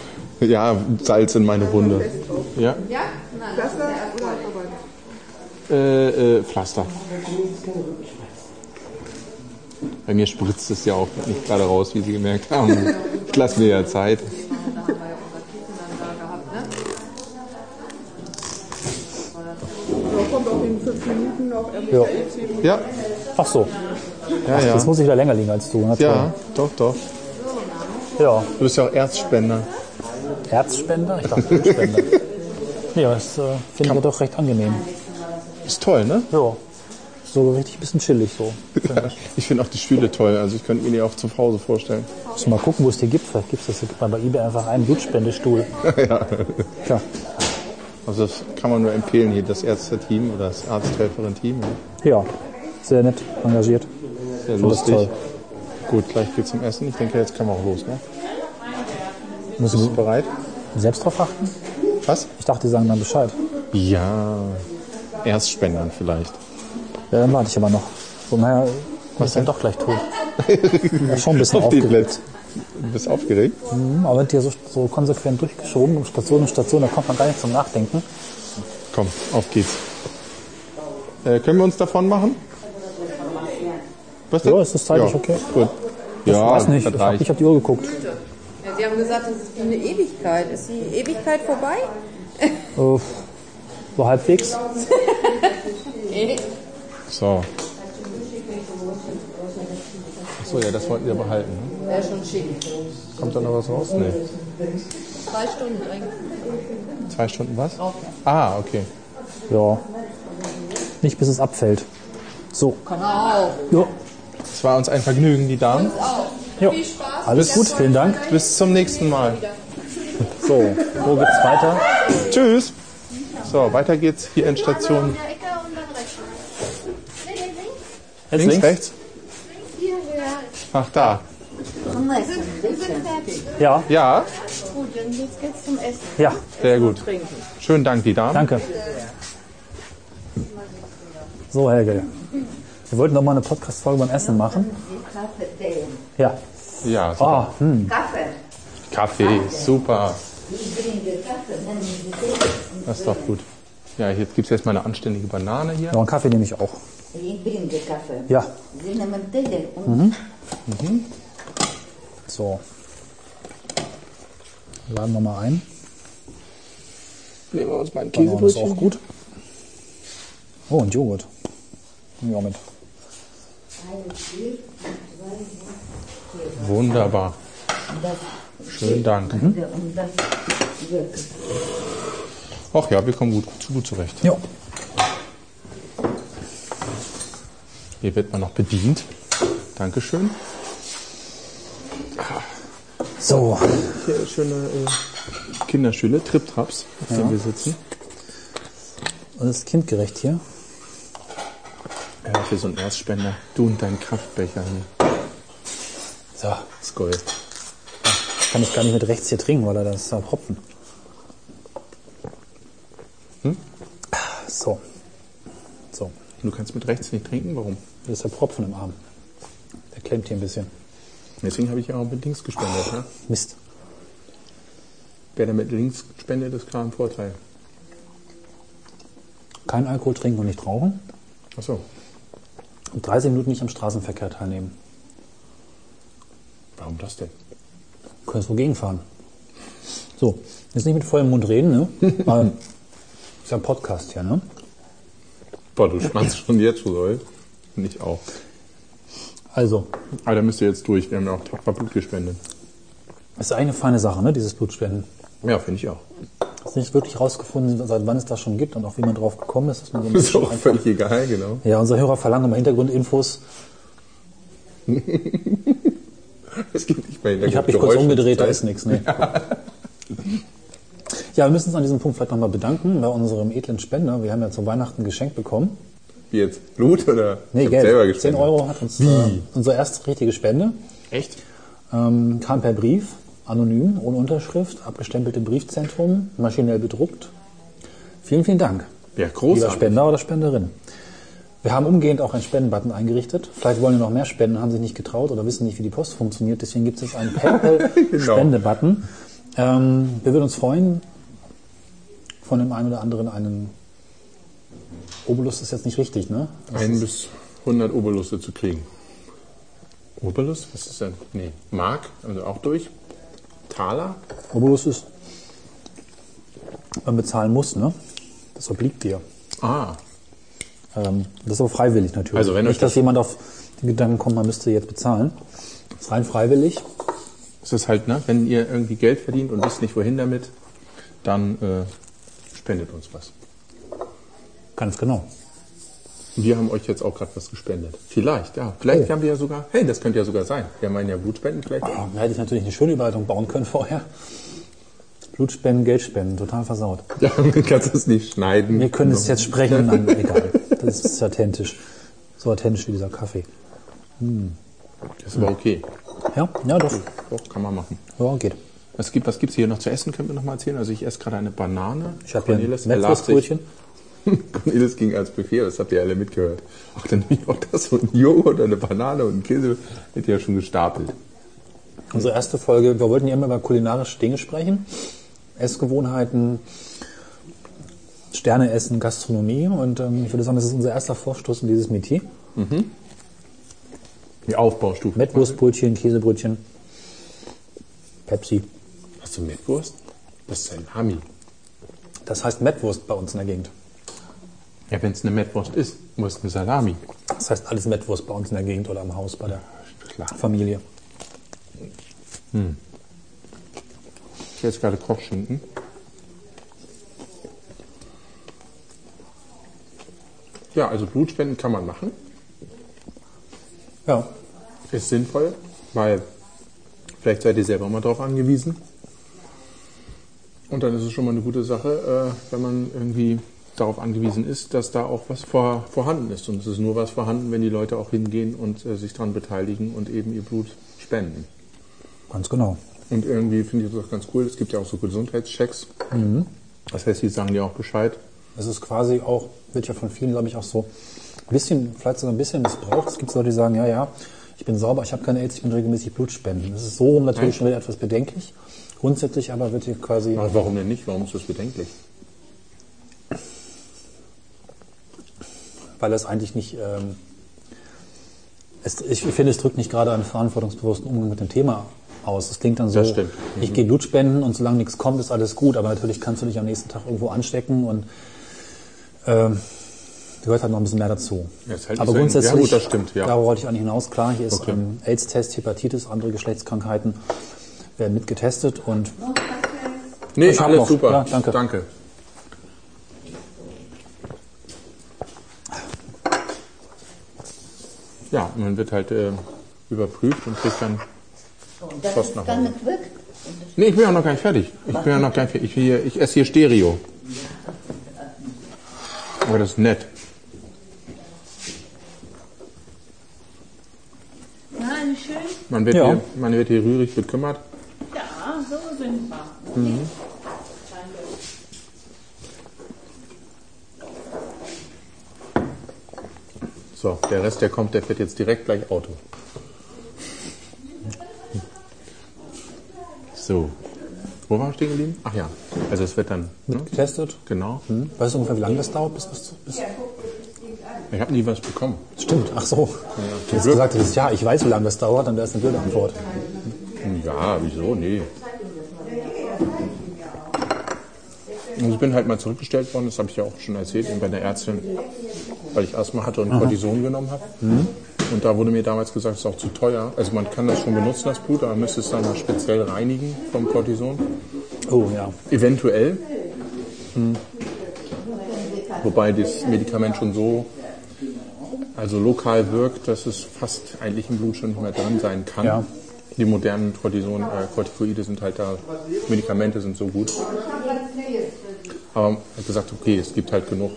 [SPEAKER 2] ja, Salz in meine Wunde. Ja?
[SPEAKER 10] Pflaster oder Verband?
[SPEAKER 2] Äh, äh, Pflaster. Bei mir spritzt es ja auch nicht gerade raus, wie Sie gemerkt haben. Ich lasse mir ja Zeit.
[SPEAKER 5] Da haben wir ja unser Kissen dann da gehabt, ne?
[SPEAKER 10] Da kommt auch in fünf Minuten noch. Er muss
[SPEAKER 3] Ja.
[SPEAKER 10] ja jetzt eben
[SPEAKER 2] Ja,
[SPEAKER 3] Ach so.
[SPEAKER 2] ja,
[SPEAKER 3] Jetzt
[SPEAKER 2] ja.
[SPEAKER 3] muss ich wieder länger liegen als du. Na toll.
[SPEAKER 2] Ja, doch, doch.
[SPEAKER 3] ja.
[SPEAKER 2] Du bist ja auch Erzspender.
[SPEAKER 3] Herzspender? Ich dachte Blutspender. ja, das äh, finde ich ja doch recht angenehm.
[SPEAKER 2] Ist toll, ne?
[SPEAKER 3] Ja. So aber richtig ein bisschen chillig so.
[SPEAKER 2] Ich finde auch die Stühle toll. Also ich könnte mir die auch zu Hause vorstellen.
[SPEAKER 3] Muss mal gucken, wo es die gibt. Vielleicht gibt es das. Gibt man bei eBay einfach einen Blutspendestuhl.
[SPEAKER 2] ja.
[SPEAKER 3] Tja.
[SPEAKER 2] Also das kann man nur empfehlen hier, das Ärzte-Team oder das Arzthelferin-Team. Ja.
[SPEAKER 3] Ja, sehr nett, engagiert.
[SPEAKER 2] Sehr
[SPEAKER 3] Finde das
[SPEAKER 2] lustig.
[SPEAKER 3] toll.
[SPEAKER 2] Gut, gleich geht's zum Essen. Ich denke, jetzt können wir auch los, ne?
[SPEAKER 3] Müssen
[SPEAKER 2] Bist du
[SPEAKER 3] wir
[SPEAKER 2] bereit?
[SPEAKER 3] selbst drauf achten?
[SPEAKER 2] Was?
[SPEAKER 3] Ich dachte, die sagen dann Bescheid.
[SPEAKER 2] Ja. Erstspendern vielleicht.
[SPEAKER 3] Ja, dann warte ich aber noch. So, naja, was dann
[SPEAKER 2] denn?
[SPEAKER 3] doch gleich tot. Ja, schon ein bisschen
[SPEAKER 2] Auf die
[SPEAKER 3] aufgeregt.
[SPEAKER 2] Du bist aufgeregt?
[SPEAKER 3] Mhm, Aber wird hier so, so konsequent durchgeschoben, um Station um Station, da kommt man gar nicht zum Nachdenken.
[SPEAKER 2] Komm, auf geht's. Äh, können wir uns davon machen? Was denn?
[SPEAKER 3] Ja, ist das zeitlich
[SPEAKER 2] Ja,
[SPEAKER 3] okay?
[SPEAKER 2] Gut.
[SPEAKER 3] Ich
[SPEAKER 2] ja,
[SPEAKER 3] weiß nicht,
[SPEAKER 2] das
[SPEAKER 3] ich habe
[SPEAKER 2] reicht.
[SPEAKER 3] ich hab die Uhr geguckt. Äh,
[SPEAKER 5] Ja, Sie haben gesagt, das ist wie eine Ewigkeit. Ist die Ewigkeit vorbei?
[SPEAKER 3] Äh, so halbwegs.
[SPEAKER 2] So. Achso, ja, das wollten wir behalten. ne?
[SPEAKER 5] Wäre schon schick.
[SPEAKER 2] Kommt da noch was raus? Nee.
[SPEAKER 5] Zwei Stunden eigentlich.
[SPEAKER 2] Zwei Stunden was? Ah, okay.
[SPEAKER 3] Ja. Nicht bis es abfällt. So. Ja.
[SPEAKER 2] Es war uns ein Vergnügen, die Damen.
[SPEAKER 3] ja. Alles gut, vielen Dank.
[SPEAKER 2] Bis zum nächsten Mal.
[SPEAKER 3] So, wo geht's weiter?
[SPEAKER 2] Tschüss. So, weiter geht's hier in Station
[SPEAKER 3] Jetzt
[SPEAKER 2] links, rechts. Ach, da.
[SPEAKER 3] Ja,
[SPEAKER 2] Ja,
[SPEAKER 3] ja,
[SPEAKER 2] sehr gut. Schönen Dank, die Damen.
[SPEAKER 3] danke. So, Helge. Wir wollten doch mal eine Podcast-Folge beim Essen machen. Ja.
[SPEAKER 2] Ja, super.
[SPEAKER 3] Ah, hm.
[SPEAKER 2] Kaffee, super. Das ist doch gut. Ja, jetzt gibt's erstmal eine anständige Banane hier.
[SPEAKER 3] Ja, einen Kaffee nehme ich auch. Ja. Mhm. So. Laden wir mal ein.
[SPEAKER 2] Nehmen wir uns mal ein
[SPEAKER 3] Banan ist auch gut. Oh, und Joghurt. Nehmen wir auch mit.
[SPEAKER 2] Wunderbar. Schönen Dank. Ach ja, wir kommen gut, zu gut zurecht.
[SPEAKER 3] Ja.
[SPEAKER 2] Hier wird man noch bedient. Dankeschön.
[SPEAKER 3] So.
[SPEAKER 2] Hier schöne Kinderstühle, Triptraps, auf denen wir sitzen.
[SPEAKER 3] Alles kindgerecht hier.
[SPEAKER 2] Ja, für so einen Erstspender. Du und dein Kraftbecher hier.
[SPEAKER 3] So.
[SPEAKER 2] Ist Gold.
[SPEAKER 3] Ich kann das gar nicht mit rechts hier trinken, weil er das ist ja Hopfen. Hm? So. So.
[SPEAKER 2] Du kannst mit rechts nicht trinken, warum?
[SPEAKER 3] Das ist der Propfen im Arm. Der klemmt hier ein bisschen.
[SPEAKER 2] Deswegen habe ich ja auch mit links gespendet. Ne?
[SPEAKER 3] Mist.
[SPEAKER 2] Wer der mit links spendet, ist klar im Vorteil.
[SPEAKER 3] Kein Alkohol trinken und nicht rauchen.
[SPEAKER 2] Achso,
[SPEAKER 3] Und 30 Minuten nicht am Straßenverkehr teilnehmen.
[SPEAKER 2] warum das denn?
[SPEAKER 3] Du kannst wogegen fahren. So, jetzt nicht mit vollem Mund reden, ne? Weil ist ja ein Podcast hier, ne?
[SPEAKER 2] Boah, du spannst schon jetzt, Rudolf. Nicht auch.
[SPEAKER 3] Also,
[SPEAKER 2] Aber da müsst ihr jetzt durch. Wir haben ja auch tapfer Blut gespendet.
[SPEAKER 3] ist eigentlich eine feine Sache, ne? Dieses Blutspenden.
[SPEAKER 2] Ja, finde ich auch.
[SPEAKER 3] Ist nicht wirklich rausgefunden, seit wann es das schon gibt und auch wie man drauf gekommen ist. Dass man so ein
[SPEAKER 2] Das ist
[SPEAKER 3] bisschen
[SPEAKER 2] auch völlig egal, genau.
[SPEAKER 3] ja, unsere Hörer verlangen immer Hintergrundinfos.
[SPEAKER 2] Es gibt nicht mehr
[SPEAKER 3] Ich habe mich kurz
[SPEAKER 2] Geräusche.
[SPEAKER 3] umgedreht, da ist nichts. Nee. Ja, wir müssen uns an diesem Punkt vielleicht nochmal bedanken bei unserem edlen Spender. Wir haben ja zu Weihnachten ein Geschenk bekommen.
[SPEAKER 2] Wie jetzt? Blut oder?
[SPEAKER 3] Nee,
[SPEAKER 2] Ich hab
[SPEAKER 3] Geld.
[SPEAKER 2] Selber
[SPEAKER 3] 10
[SPEAKER 2] gespendet.
[SPEAKER 3] Euro hat uns äh, unsere erste richtige Spende.
[SPEAKER 2] Echt?
[SPEAKER 3] Ähm, kam per Brief, anonym, ohne Unterschrift, abgestempelt im Briefzentrum, maschinell bedruckt. Vielen, vielen Dank,
[SPEAKER 2] Ja,
[SPEAKER 3] lieber
[SPEAKER 2] großartig.
[SPEAKER 3] Spender oder Spenderin. Wir haben umgehend auch einen Spendenbutton eingerichtet. Vielleicht wollen wir noch mehr spenden, haben sich nicht getraut oder wissen nicht, wie die Post funktioniert. Deswegen gibt es jetzt einen
[SPEAKER 2] Genau.
[SPEAKER 3] PayPal-Spendebutton. ähm, wir würden uns freuen, von dem einen oder anderen einen Obolus ist jetzt nicht richtig, ne?
[SPEAKER 2] Ein bis 100 Oberluste zu kriegen. Oberlust? Was ist denn? Nee. Mark, also auch durch. Taler?
[SPEAKER 3] Obolus ist, man bezahlen muss, ne? Das obliegt dir.
[SPEAKER 2] Ah,
[SPEAKER 3] Ähm, das ist aber freiwillig natürlich.
[SPEAKER 2] Also wenn euch
[SPEAKER 3] Nicht, dass
[SPEAKER 2] das-
[SPEAKER 3] jemand auf den Gedanken kommt, man müsste jetzt bezahlen. Das ist rein freiwillig.
[SPEAKER 2] es ist halt, ne, wenn ihr irgendwie Geld verdient und wisst nicht wohin damit, dann äh, spendet uns was.
[SPEAKER 3] Ganz genau.
[SPEAKER 2] Wir haben euch jetzt auch gerade was gespendet. Vielleicht, ja. Vielleicht haben wir ja sogar, hey, das könnte ja sogar sein. Wir meinen ja Blutspenden vielleicht.
[SPEAKER 3] Oh, da hätte ich natürlich eine schöne Überleitung bauen können vorher. Blutspenden, Geldspenden, total versaut.
[SPEAKER 2] Ja, du kannst es nicht schneiden.
[SPEAKER 3] Wir können es jetzt sprechen, nein, egal. Das ist authentisch. So authentisch wie dieser Kaffee.
[SPEAKER 2] Das war okay.
[SPEAKER 3] Ja, ja, doch.
[SPEAKER 2] Doch, kann man machen.
[SPEAKER 3] Ja, geht.
[SPEAKER 2] Was gibt es hier noch zu essen? Können wir noch mal erzählen? Also ich esse gerade eine Banane.
[SPEAKER 3] Ich habe hier
[SPEAKER 2] Cornelis
[SPEAKER 3] ein
[SPEAKER 2] erlacht sich.
[SPEAKER 3] Metzwurstbrötchen.
[SPEAKER 2] Cornelis ging ans Buffet, das habt ihr alle mitgehört. Ach, dann nehme ich auch das und einen Joghurt, eine Banane und einen Käse. Hätte ja schon gestapelt.
[SPEAKER 3] Unsere erste Folge, wir wollten ja immer über kulinarische Dinge sprechen. Essgewohnheiten, Sterne essen, Gastronomie. Und ähm, ich würde sagen, das ist unser erster Vorstoß in dieses Metier.
[SPEAKER 2] Die Aufbaustufe.
[SPEAKER 3] Mettwurstbrötchen, Käsebrötchen, Pepsi.
[SPEAKER 2] Hast du Mettwurst? Das ist ein Ami.
[SPEAKER 3] Das heißt Mettwurst bei uns in der Gegend.
[SPEAKER 2] Ja, wenn es eine Mettwurst ist, muss es eine Salami.
[SPEAKER 3] Das heißt alles Mettwurst bei uns in der Gegend oder am Haus bei der
[SPEAKER 2] Klar.
[SPEAKER 3] Familie.
[SPEAKER 2] Ich esse gerade Kochschinken. Ja, also Blutspenden kann man machen.
[SPEAKER 3] Ja,
[SPEAKER 2] Ist sinnvoll, weil vielleicht seid ihr selber mal drauf angewiesen. Und dann ist es schon mal eine gute Sache, äh, wenn man irgendwie darauf angewiesen ist, dass da auch was vor, vorhanden ist. Und es ist nur was vorhanden, wenn die Leute auch hingehen und äh, sich daran beteiligen und eben ihr Blut spenden.
[SPEAKER 3] ganz genau.
[SPEAKER 2] Und irgendwie finde ich das auch ganz cool. Es gibt ja auch so Gesundheitschecks. Das heißt, die sagen dir auch Bescheid.
[SPEAKER 3] Es ist quasi auch, wird ja von vielen, glaube ich, auch so ein bisschen, vielleicht sogar ein bisschen missbraucht. Es gibt Leute, die sagen, ja, ja, ich bin sauber, ich habe keine AIDS, ich bin regelmäßig Blutspenden. Das ist so rum natürlich schon wieder etwas bedenklich. Grundsätzlich aber wird hier quasi,
[SPEAKER 2] Aber warum denn nicht? Warum ist das bedenklich?
[SPEAKER 3] weil das eigentlich nicht, ähm, es, ich finde, es drückt nicht gerade einen verantwortungsbewussten Umgang mit dem Thema aus. Es klingt dann so,
[SPEAKER 2] Das stimmt.
[SPEAKER 3] ich gehe Blut spenden und solange nichts kommt, ist alles gut. Aber natürlich kannst du dich am nächsten Tag irgendwo anstecken und ähm, gehört halt noch ein bisschen mehr dazu.
[SPEAKER 2] Ja, ist halt nicht
[SPEAKER 3] aber
[SPEAKER 2] so eng.
[SPEAKER 3] grundsätzlich,
[SPEAKER 2] Ja, gut, das stimmt, ja.
[SPEAKER 3] darauf wollte ich eigentlich hinaus. Klar, hier ist
[SPEAKER 2] Okay.
[SPEAKER 3] ähm, AIDS-Test, Hepatitis, andere Geschlechtskrankheiten werden mitgetestet und
[SPEAKER 2] Nee,
[SPEAKER 3] Ich hab
[SPEAKER 2] alles
[SPEAKER 3] noch.
[SPEAKER 2] super.
[SPEAKER 3] Ja, danke.
[SPEAKER 2] danke. Ja, man wird halt äh, überprüft und kriegt dann
[SPEAKER 11] Das
[SPEAKER 2] was
[SPEAKER 11] ist
[SPEAKER 2] nach
[SPEAKER 11] dann
[SPEAKER 2] Hause.
[SPEAKER 11] eine Quick.
[SPEAKER 2] Nee, ich bin ja noch gar nicht fertig. Ich bin ja noch gar nicht fertig. Ich, will hier, ich esse hier Stereo. Aber das ist nett.
[SPEAKER 8] Nein, schön.
[SPEAKER 2] Man wird,
[SPEAKER 3] Ja.
[SPEAKER 2] hier, man wird hier rührig Mhm. gekümmert.
[SPEAKER 8] Ja, so sind wir.
[SPEAKER 2] So, der Rest, der kommt, der fährt jetzt direkt gleich Auto. So. Wo waren wir stehen geblieben? Ach ja, also es wird dann. Ne?
[SPEAKER 3] getestet.
[SPEAKER 2] Genau.
[SPEAKER 3] Weißt du ungefähr, wie lange das dauert, bis das bis,
[SPEAKER 2] Ich habe nie was bekommen.
[SPEAKER 3] Stimmt, ach so. Du hast gesagt, das ist, ja, ich weiß, wie lange das dauert, dann wäre es eine blöde Antwort.
[SPEAKER 2] Ja, wieso? Nee. Und ich bin halt mal zurückgestellt worden, das habe ich ja auch schon erzählt, eben bei der Ärztin, weil ich Asthma hatte und Cortison genommen habe. Und da wurde mir damals gesagt, es ist auch zu teuer. Also man kann das schon benutzen, das Blut, aber man müsste es dann mal speziell reinigen vom Cortison.
[SPEAKER 3] Oh ja.
[SPEAKER 2] Eventuell. Hm. Wobei das Medikament schon so also lokal wirkt, dass es fast eigentlich im Blut schon nicht mehr drin sein kann.
[SPEAKER 3] Ja.
[SPEAKER 2] Die modernen Cortison, äh, Corticoide sind halt da, Medikamente sind so gut. Aber man hat gesagt, okay, es gibt halt genug,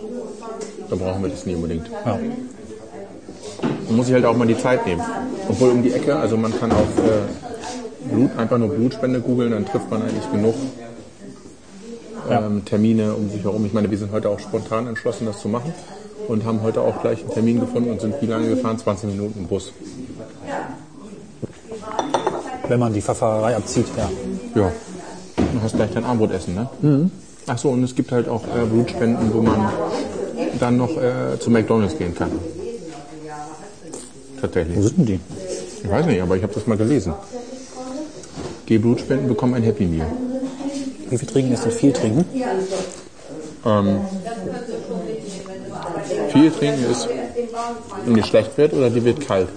[SPEAKER 2] dann brauchen wir das nie unbedingt.
[SPEAKER 3] Ja.
[SPEAKER 2] Man muss sich halt auch mal die Zeit nehmen. Obwohl um die Ecke, also man kann auch äh, Blut, einfach nur Blutspende googeln, dann trifft man eigentlich genug ähm, Termine um sich herum. Ich meine, wir sind heute auch spontan entschlossen, das zu machen und haben heute auch gleich einen Termin gefunden und sind wie lange gefahren? 20 Minuten im Bus.
[SPEAKER 3] Wenn man die Verfahrerei abzieht, ja.
[SPEAKER 2] Ja. Du hast gleich dein Armbrot essen, ne? Mhm. Ach so, und es gibt halt auch äh, Blutspenden, wo man dann noch äh, zu McDonalds gehen kann. Tatsächlich.
[SPEAKER 3] Wo sind denn die?
[SPEAKER 2] Ich weiß nicht, aber ich habe das mal gelesen. Geh Blutspenden, bekomm ein Happy Meal.
[SPEAKER 3] Wie viel trinken ist denn viel trinken?
[SPEAKER 2] Ähm, viel trinken ist, wenn die schlecht wird oder die wird kalt.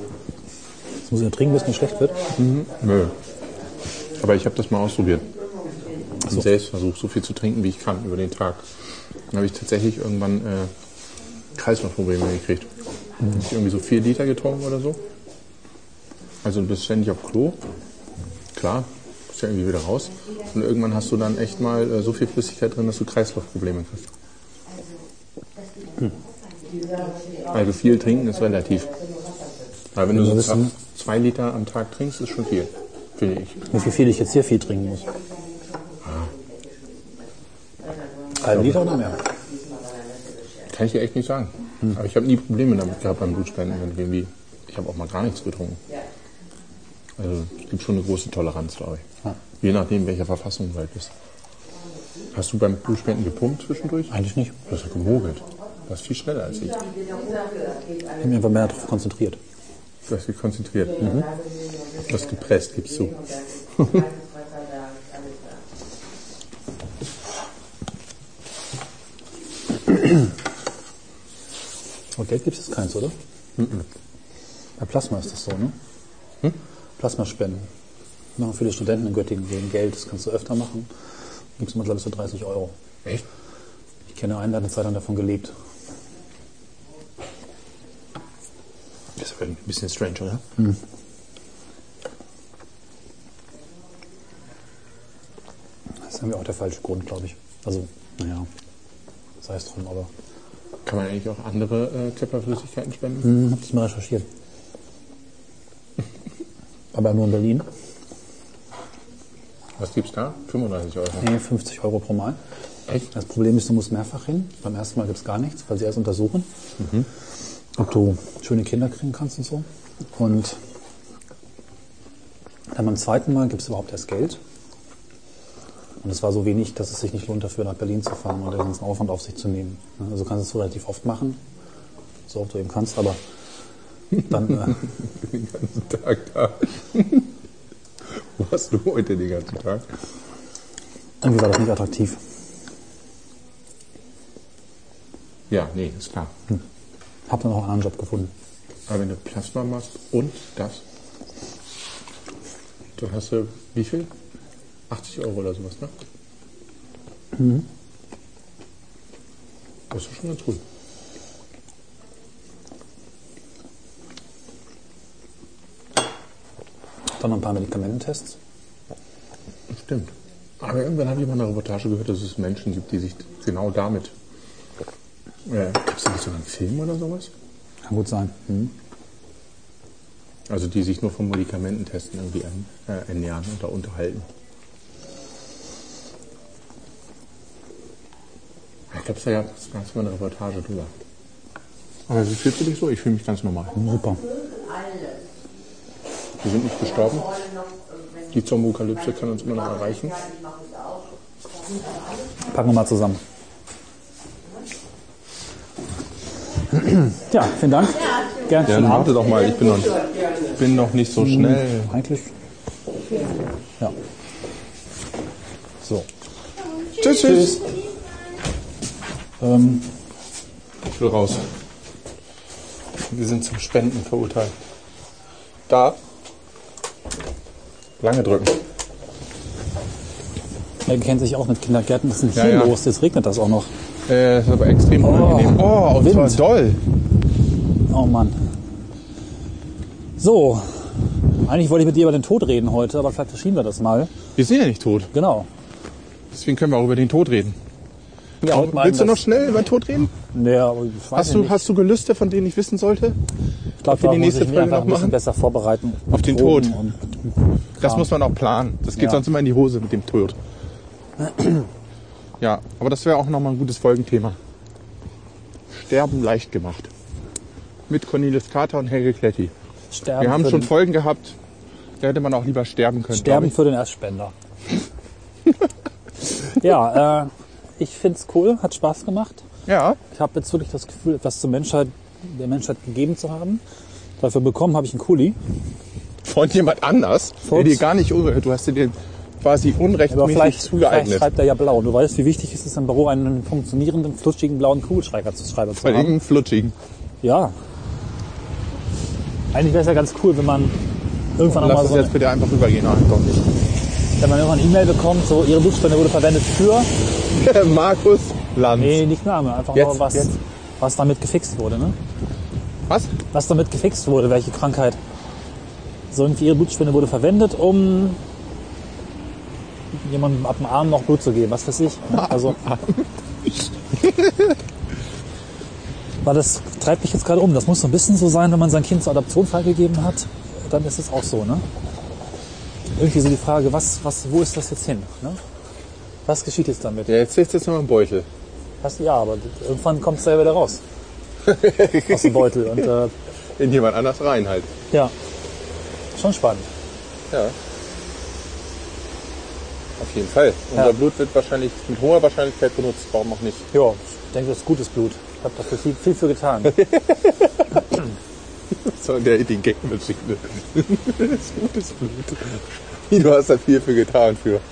[SPEAKER 3] Das muss ich ja trinken, bis mir schlecht wird.
[SPEAKER 2] Nö. Aber ich habe das mal ausprobiert. Im Selbstversuch, so viel zu trinken, wie ich kann über den Tag. Dann habe ich tatsächlich irgendwann äh, Kreislaufprobleme gekriegt. Mhm. Ich irgendwie so vier Liter getrunken oder so. Also du bist ständig auf Klo. Klar, musst ja irgendwie wieder raus. Und irgendwann hast du dann echt mal äh, so viel Flüssigkeit drin, dass du Kreislaufprobleme kriegst. Also viel trinken ist relativ. Aber wenn du
[SPEAKER 3] Wir
[SPEAKER 2] so
[SPEAKER 3] wissen-
[SPEAKER 2] zwei- zwei Liter am Tag trinkst, ist schon viel, finde ich.
[SPEAKER 3] Wie viel, viel ich jetzt hier viel trinken muss. Halb Liter oder mehr?
[SPEAKER 2] Kann ich dir echt nicht sagen. Aber ich habe nie Probleme damit gehabt beim Blutspenden. Und irgendwie, ich habe auch mal gar nichts getrunken. Also es gibt schon eine große Toleranz, glaube ich.
[SPEAKER 3] Ja.
[SPEAKER 2] Je nachdem, in welcher Verfassung du halt bist. Hast du beim Blutspenden gepumpt zwischendurch?
[SPEAKER 3] Eigentlich nicht.
[SPEAKER 2] Du hast ja gemogelt. Du warst viel schneller als ich.
[SPEAKER 3] Ich habe mich einfach mehr darauf konzentriert.
[SPEAKER 2] Du hast dich konzentriert. Du hast gepresst, gibst du.
[SPEAKER 3] Und Geld gibt es jetzt keins, oder? Bei Plasma ist das so, ne? Plasma spenden. Machen viele Studenten in Göttingen wegen Geld, das kannst du öfter machen. Gibt es mal, glaube ich, so 30 Euro.
[SPEAKER 2] Echt?
[SPEAKER 3] Ich kenne einen, der hat eine Zeit lang davon gelebt.
[SPEAKER 2] Das ist ein bisschen strange, oder?
[SPEAKER 3] Das ist irgendwie auch der falsche Grund, glaube ich. Also, naja, sei es drum, aber
[SPEAKER 2] Kann man eigentlich auch andere äh, Körperflüssigkeiten spenden?
[SPEAKER 3] hm, hab das mal recherchiert. aber nur in Berlin.
[SPEAKER 2] Was gibt's da? 35 Euro.
[SPEAKER 3] Nee, 50 Euro pro Mal.
[SPEAKER 2] Echt?
[SPEAKER 3] Das Problem ist, du musst mehrfach hin. Beim ersten Mal gibt es gar nichts, weil sie erst untersuchen, ob du schöne Kinder kriegen kannst und so. Und dann beim zweiten Mal gibt es überhaupt erst Geld. Und es war so wenig, dass es sich nicht lohnt, dafür nach Berlin zu fahren oder den ganzen Aufwand auf sich zu nehmen. Also du kannst es so relativ oft machen, so oft du eben kannst, aber dann äh,
[SPEAKER 2] den ganzen Tag da. Wo warst du heute den ganzen Tag?
[SPEAKER 3] irgendwie war das nicht attraktiv.
[SPEAKER 2] Ja, nee, ist klar.
[SPEAKER 3] Hab dann auch einen anderen Job gefunden.
[SPEAKER 2] Aber wenn du Plasma machst und das, dann hast du wie viel? 80 Euro oder sowas, ne? Das ist schon ganz gut.
[SPEAKER 3] Dann noch ein paar Medikamententests.
[SPEAKER 2] Stimmt. Aber irgendwann habe ich mal eine Reportage gehört, dass es Menschen gibt, die sich genau damit. Äh, Gab es da nicht sogar einen Film oder sowas?
[SPEAKER 3] Kann gut sein. Mhm.
[SPEAKER 2] Also die sich nur von Medikamententesten irgendwie an, äh, ernähren oder unterhalten. Ich glaube, da gab es ganz mal eine Reportage drüber. Aber wie fühlst du dich so? Ich fühle mich ganz normal.
[SPEAKER 3] Super.
[SPEAKER 2] Wir sind nicht gestorben. Die Zombokalypse kann uns immer noch erreichen.
[SPEAKER 3] Packen wir mal zusammen. Ja, vielen Dank. Gern schönen
[SPEAKER 2] dann warte
[SPEAKER 3] Abend.
[SPEAKER 2] doch mal, ich bin noch, bin noch nicht so schnell.
[SPEAKER 3] Eigentlich. Ja. So.
[SPEAKER 2] Tschüss, tschüss.
[SPEAKER 3] Ähm,
[SPEAKER 2] Ich will raus. Wir sind zum Spenden verurteilt. Da. Lange drücken.
[SPEAKER 3] er kennt sich auch mit Kindergärten. Was ist
[SPEAKER 2] Ja,
[SPEAKER 3] denn hier
[SPEAKER 2] ja.
[SPEAKER 3] los? Jetzt regnet das auch noch.
[SPEAKER 2] Äh, ist aber extrem unangenehm. Oh, und
[SPEAKER 3] Wind.
[SPEAKER 2] zwar doll.
[SPEAKER 3] Oh Mann. So. Eigentlich wollte ich mit dir über den Tod reden heute, aber vielleicht verschieben wir das mal.
[SPEAKER 2] Wir sind ja nicht tot.
[SPEAKER 3] Genau.
[SPEAKER 2] Deswegen können wir auch über den Tod reden.
[SPEAKER 3] Ja, heute mal
[SPEAKER 2] Willst du
[SPEAKER 3] das-
[SPEAKER 2] noch schnell über den Tod reden?
[SPEAKER 3] Nee, aber ich weiß
[SPEAKER 2] Hast
[SPEAKER 3] ja
[SPEAKER 2] du,
[SPEAKER 3] nicht.
[SPEAKER 2] hast du Gelüste, von denen ich wissen sollte?
[SPEAKER 3] ich glaube,
[SPEAKER 2] für
[SPEAKER 3] da
[SPEAKER 2] die
[SPEAKER 3] muss
[SPEAKER 2] nächste
[SPEAKER 3] ich mich
[SPEAKER 2] Folge
[SPEAKER 3] einfach
[SPEAKER 2] noch
[SPEAKER 3] ein bisschen
[SPEAKER 2] machen?
[SPEAKER 3] besser vorbereiten.
[SPEAKER 2] Auf den
[SPEAKER 3] Proben
[SPEAKER 2] Tod.
[SPEAKER 3] Und
[SPEAKER 2] Das muss man auch planen. Das geht
[SPEAKER 3] Ja.
[SPEAKER 2] sonst immer in die Hose mit dem Tod. Ja, aber das wäre auch nochmal ein gutes Folgenthema. Sterben leicht gemacht. Mit Cornelis Carter und Helge Kletti.
[SPEAKER 3] sterben
[SPEAKER 2] Wir haben
[SPEAKER 3] für
[SPEAKER 2] schon
[SPEAKER 3] den,
[SPEAKER 2] Folgen gehabt, da hätte man auch lieber sterben können.
[SPEAKER 3] Sterben
[SPEAKER 2] glaub
[SPEAKER 3] für den Erstspender. ja, äh, ich find's cool, hat Spaß gemacht.
[SPEAKER 2] ich. Ja,
[SPEAKER 3] Ich habe jetzt wirklich das Gefühl, etwas zur Menschheit, der Menschheit gegeben zu haben. Dafür bekommen habe ich einen Kuli.
[SPEAKER 2] von jemand anders, der
[SPEAKER 3] Folks-
[SPEAKER 2] dir gar nicht ungehört. Du hast dir den quasi
[SPEAKER 3] Aber
[SPEAKER 2] unrechtmäßig
[SPEAKER 3] vielleicht, vielleicht
[SPEAKER 2] zugeeignet.
[SPEAKER 3] schreibt er ja blau. Du weißt, wie wichtig es ist, im Büro einen funktionierenden, flutschigen blauen Kugelschreiber zu schreiben zu
[SPEAKER 2] Bei
[SPEAKER 3] haben.
[SPEAKER 2] irgendeinem Flutschigen.
[SPEAKER 3] Ja. Eigentlich wäre es ja ganz cool, wenn man irgendwann auch mal
[SPEAKER 2] Lass
[SPEAKER 3] so
[SPEAKER 2] es jetzt bitte einfach rübergehen. Nein, doch nicht.
[SPEAKER 3] wenn man irgendwann eine E-Mail bekommt, so ihre Blutspende wurde verwendet für
[SPEAKER 2] Markus Lanz.
[SPEAKER 3] Nee, nicht Name, einfach
[SPEAKER 2] Jetzt,
[SPEAKER 3] nur was.
[SPEAKER 2] jetzt.
[SPEAKER 3] was damit gefixt wurde, ne?
[SPEAKER 2] Was?
[SPEAKER 3] Was damit gefixt wurde, welche Krankheit. So irgendwie ihre Blutspende wurde verwendet, um jemandem ab dem Arm noch Blut zu geben, was weiß ich. ne? Also, weil das treibt mich jetzt gerade um. Das muss so ein bisschen so sein, wenn man sein Kind zur Adoption freigegeben hat, dann ist es auch so, ne? Irgendwie so die Frage, was, was, wo ist das jetzt hin? Ne? Was geschieht jetzt damit?
[SPEAKER 2] Ja, jetzt ist das nochmal ein Beutel.
[SPEAKER 3] Hast, ja, aber irgendwann kommt es selber wieder raus. Aus dem Beutel. Und äh,
[SPEAKER 2] In jemand anders rein halt.
[SPEAKER 3] ja, schon spannend.
[SPEAKER 2] Ja. Auf jeden Fall. Unser Blut wird wahrscheinlich mit hoher Wahrscheinlichkeit benutzt. Warum auch nicht?
[SPEAKER 3] Ja, ich denke, das ist gutes Blut. Ich habe dafür viel, viel für getan.
[SPEAKER 2] So, der den Gag mitschickt. Das gutes Blut. Wie, Du hast da viel für getan für.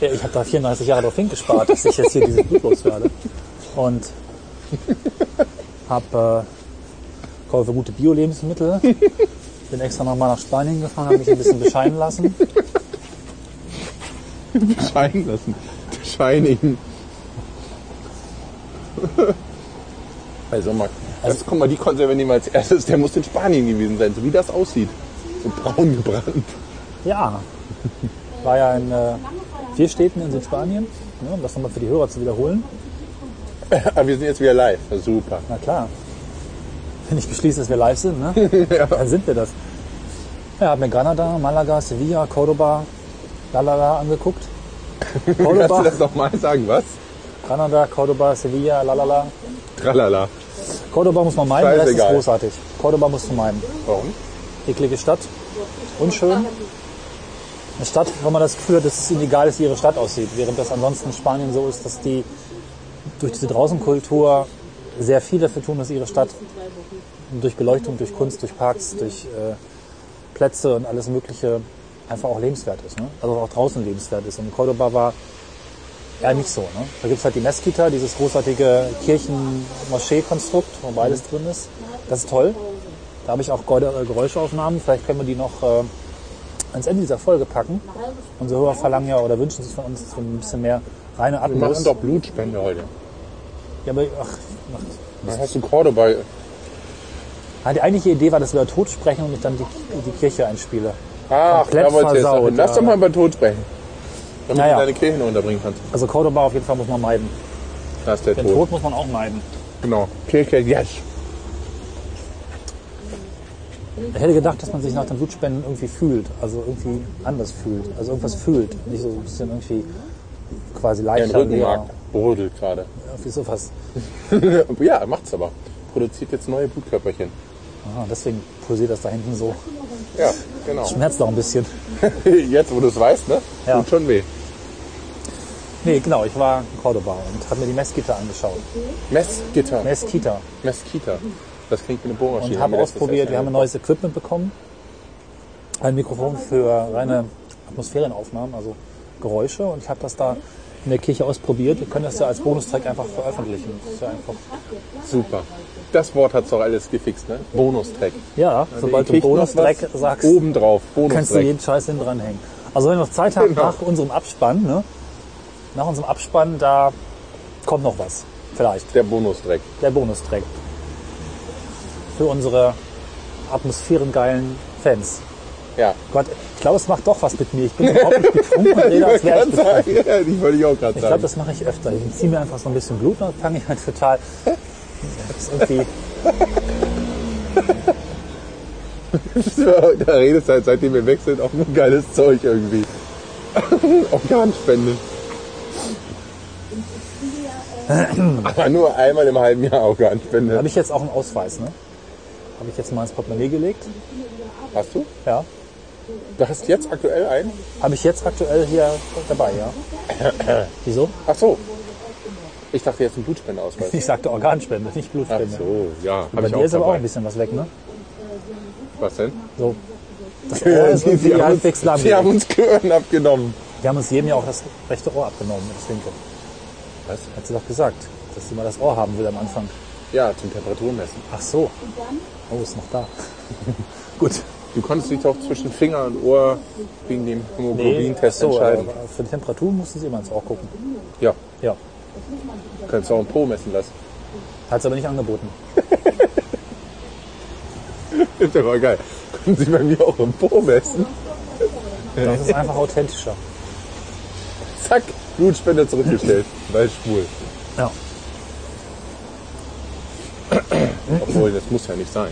[SPEAKER 3] Ja, ich habe da 34 Jahre drauf hingespart, dass ich jetzt hier dieses Blut loswerde. Und habe äh, kaufe gute Bio-Lebensmittel. Bin extra nochmal nach Spanien gefahren, habe mich ein bisschen bescheiden lassen.
[SPEAKER 2] Scheinen lassen. Scheinigen. Also mal, also, guck mal, die Konserve nehmen wir als erstes. Der muss in Spanien gewesen sein, so wie das aussieht. So braun gebrannt.
[SPEAKER 3] Ja, war ja in äh, vier Städten in Südspanien, ne, um das nochmal für die Hörer zu wiederholen.
[SPEAKER 2] Aber wir sind jetzt wieder live. Super.
[SPEAKER 3] Na klar. Wenn ich beschließe, dass wir live sind, ne? dann sind wir das. Ja, hab mir Granada, Malaga, Sevilla, Cordoba, Lalala angeguckt.
[SPEAKER 2] Kannst du
[SPEAKER 3] Cordoba,
[SPEAKER 2] das nochmal sagen, was?
[SPEAKER 3] Granada, Cordoba, Sevilla, Lalala.
[SPEAKER 2] Tralala.
[SPEAKER 3] Cordoba muss man meiden, der Rest ist
[SPEAKER 2] Scheißegal.
[SPEAKER 3] großartig. Cordoba muss man meiden.
[SPEAKER 2] Warum?
[SPEAKER 3] Eklige Stadt, unschön. Eine Stadt, wo man das Gefühl hat, dass es ihnen egal ist, wie ihre Stadt aussieht. Während das ansonsten in Spanien so ist, dass die durch diese Draußenkultur sehr viel dafür tun, dass ihre Stadt durch Beleuchtung, durch Kunst, durch Parks, durch äh, Plätze und alles Mögliche einfach auch lebenswert ist. Ne? Also auch draußen lebenswert ist. Und Cordoba war ja nicht so. Ne? Da gibt's halt die Mesquita, dieses großartige Kirchen-Moschee-Konstrukt, wo beides
[SPEAKER 2] Mhm.
[SPEAKER 3] drin ist. Das ist toll. Da habe ich auch Geu- äh, Geräuschaufnahmen. Vielleicht können wir die noch äh, ans Ende dieser Folge packen. Unsere Hörer verlangen ja oder wünschen sich von uns so ein bisschen mehr reine
[SPEAKER 2] Wir machen
[SPEAKER 3] Atmos.
[SPEAKER 2] doch Blutspende heute.
[SPEAKER 3] Ja, aber, ach, ach.
[SPEAKER 2] Dann hast du Cordoba.
[SPEAKER 3] Ah, Die eigentliche Idee war, dass wir über Tod sprechen und ich dann die, die Kirche einspiele.
[SPEAKER 2] Ach,
[SPEAKER 3] Komplett
[SPEAKER 2] da wolltest du jetzt noch
[SPEAKER 3] versaut,
[SPEAKER 2] hin. Lass doch
[SPEAKER 3] ja.
[SPEAKER 2] mal über Tod sprechen. Damit
[SPEAKER 3] Naja.
[SPEAKER 2] du deine Kirche noch unterbringen kannst.
[SPEAKER 3] Also Cordoba auf jeden Fall muss man meiden.
[SPEAKER 2] Da ist der
[SPEAKER 3] Den
[SPEAKER 2] Tod.
[SPEAKER 3] Tod muss man auch meiden.
[SPEAKER 2] Genau. Kirche, yes.
[SPEAKER 3] Ich hätte gedacht, dass man sich nach den Blutspenden irgendwie fühlt, also irgendwie anders fühlt, also irgendwas fühlt, nicht so ein bisschen irgendwie quasi
[SPEAKER 2] Dein
[SPEAKER 3] leichter, leer,
[SPEAKER 2] Rückenmark brodelt gerade.
[SPEAKER 3] irgendwie sowas.
[SPEAKER 2] ja, macht's aber. Produziert jetzt neue Blutkörperchen.
[SPEAKER 3] Aha, Ah, deswegen pulsiert das da hinten so.
[SPEAKER 2] Ja, genau.
[SPEAKER 3] Schmerzt auch ein bisschen.
[SPEAKER 2] Jetzt, wo du es weißt, ne?
[SPEAKER 3] Ja.
[SPEAKER 2] Tut schon weh.
[SPEAKER 3] Nee, genau, ich war in Cordoba und habe mir die Mesquita angeschaut.
[SPEAKER 2] Mesquita.
[SPEAKER 3] Mesquita.
[SPEAKER 2] Mesquita. Das klingt wie eine Bohrmaschine.
[SPEAKER 3] und
[SPEAKER 2] Haben
[SPEAKER 3] habe
[SPEAKER 2] wir letztes
[SPEAKER 3] ausprobiert. Wir
[SPEAKER 2] Jahr
[SPEAKER 3] haben ein neues Equipment bekommen. Ein Mikrofon für reine Atmosphärenaufnahmen, also Geräusche. Und ich habe das da in der Kirche ausprobiert. Wir können das ja als Bonustrack einfach veröffentlichen. Das ist ja, einfach
[SPEAKER 2] Super. Das Wort hat's doch alles gefixt, ne? Bonustrack.
[SPEAKER 3] ja
[SPEAKER 2] Ihr
[SPEAKER 3] sobald du
[SPEAKER 2] kriegt noch
[SPEAKER 3] Bonustrack
[SPEAKER 2] was
[SPEAKER 3] sagst,
[SPEAKER 2] Obendrauf,
[SPEAKER 3] kannst du
[SPEAKER 2] Bonustrack.
[SPEAKER 3] jeden Scheiß hinten dranhängen. Also wenn wir noch Zeit haben
[SPEAKER 2] Genau.
[SPEAKER 3] nach unserem Abspann, ne? nach unserem Abspann, da kommt noch was. Vielleicht.
[SPEAKER 2] Der Bonustrack.
[SPEAKER 3] Der Bonustrack. Für unsere atmosphärengeilen Fans.
[SPEAKER 2] Ja.
[SPEAKER 3] Gott, Klaus macht doch was mit mir. Ich bin überhaupt nicht betrunken und rede, als wäre ich
[SPEAKER 2] Ganz
[SPEAKER 3] betrunken.
[SPEAKER 2] sagen, ja, die wollte ich auch gerade
[SPEAKER 3] Ich glaube,
[SPEAKER 2] sagen.
[SPEAKER 3] das mache ich öfter. Ich ziehe mir einfach so ein bisschen Blut und dann fange ich halt total. Das ist irgendwie.
[SPEAKER 2] da redest du halt, seitdem wir weg sind, auch nur geiles Zeug irgendwie. Organspende. Aber nur einmal im halben Jahr Organspende.
[SPEAKER 3] Habe ich jetzt auch einen Ausweis, ne? Habe ich jetzt mal ins Portemonnaie gelegt.
[SPEAKER 2] Hast du?
[SPEAKER 3] Ja.
[SPEAKER 2] Du hast jetzt aktuell einen?
[SPEAKER 3] Habe ich jetzt aktuell hier dabei, ja? Wieso?
[SPEAKER 2] Ach so. Ich dachte jetzt einen Blutspendeausweis.
[SPEAKER 3] Ich sagte Organspende, nicht
[SPEAKER 2] Ach
[SPEAKER 3] Blutspende.
[SPEAKER 2] so, ja. Hab
[SPEAKER 3] Bei
[SPEAKER 2] ich
[SPEAKER 3] dir
[SPEAKER 2] auch
[SPEAKER 3] ist aber auch ein
[SPEAKER 2] dabei.
[SPEAKER 3] bisschen was weg, ne?
[SPEAKER 2] Was denn?
[SPEAKER 3] So. Das Ohr ist irgendwie halbwegs lahm.
[SPEAKER 2] die haben uns Gehirn abgenommen.
[SPEAKER 3] Wir haben uns jedem ja auch das rechte Ohr abgenommen, das linke.
[SPEAKER 2] Was?
[SPEAKER 3] Hat sie doch gesagt, dass sie mal das Ohr haben will am Anfang.
[SPEAKER 2] Ja, zum Temperaturmessen.
[SPEAKER 3] Ach so. Oh, ist noch da. Gut.
[SPEAKER 2] Du konntest dich doch zwischen Finger und Ohr wegen dem Hämoglobin-Test
[SPEAKER 3] ach so, äh,
[SPEAKER 2] entscheiden.
[SPEAKER 3] aber äh, Für die Temperatur mussten sie immer ins Ohr gucken.
[SPEAKER 2] Ja,
[SPEAKER 3] Ja.
[SPEAKER 2] du kannst auch einen Po messen lassen.
[SPEAKER 3] Hat es aber nicht angeboten.
[SPEAKER 2] Ist ja voll geil. Können Sie bei mir auch im Po messen?
[SPEAKER 3] Das ist einfach authentischer.
[SPEAKER 2] Zack, Blutspender zurückgestellt, weil schwul.
[SPEAKER 3] Ja.
[SPEAKER 2] Obwohl, das muss ja nicht sein.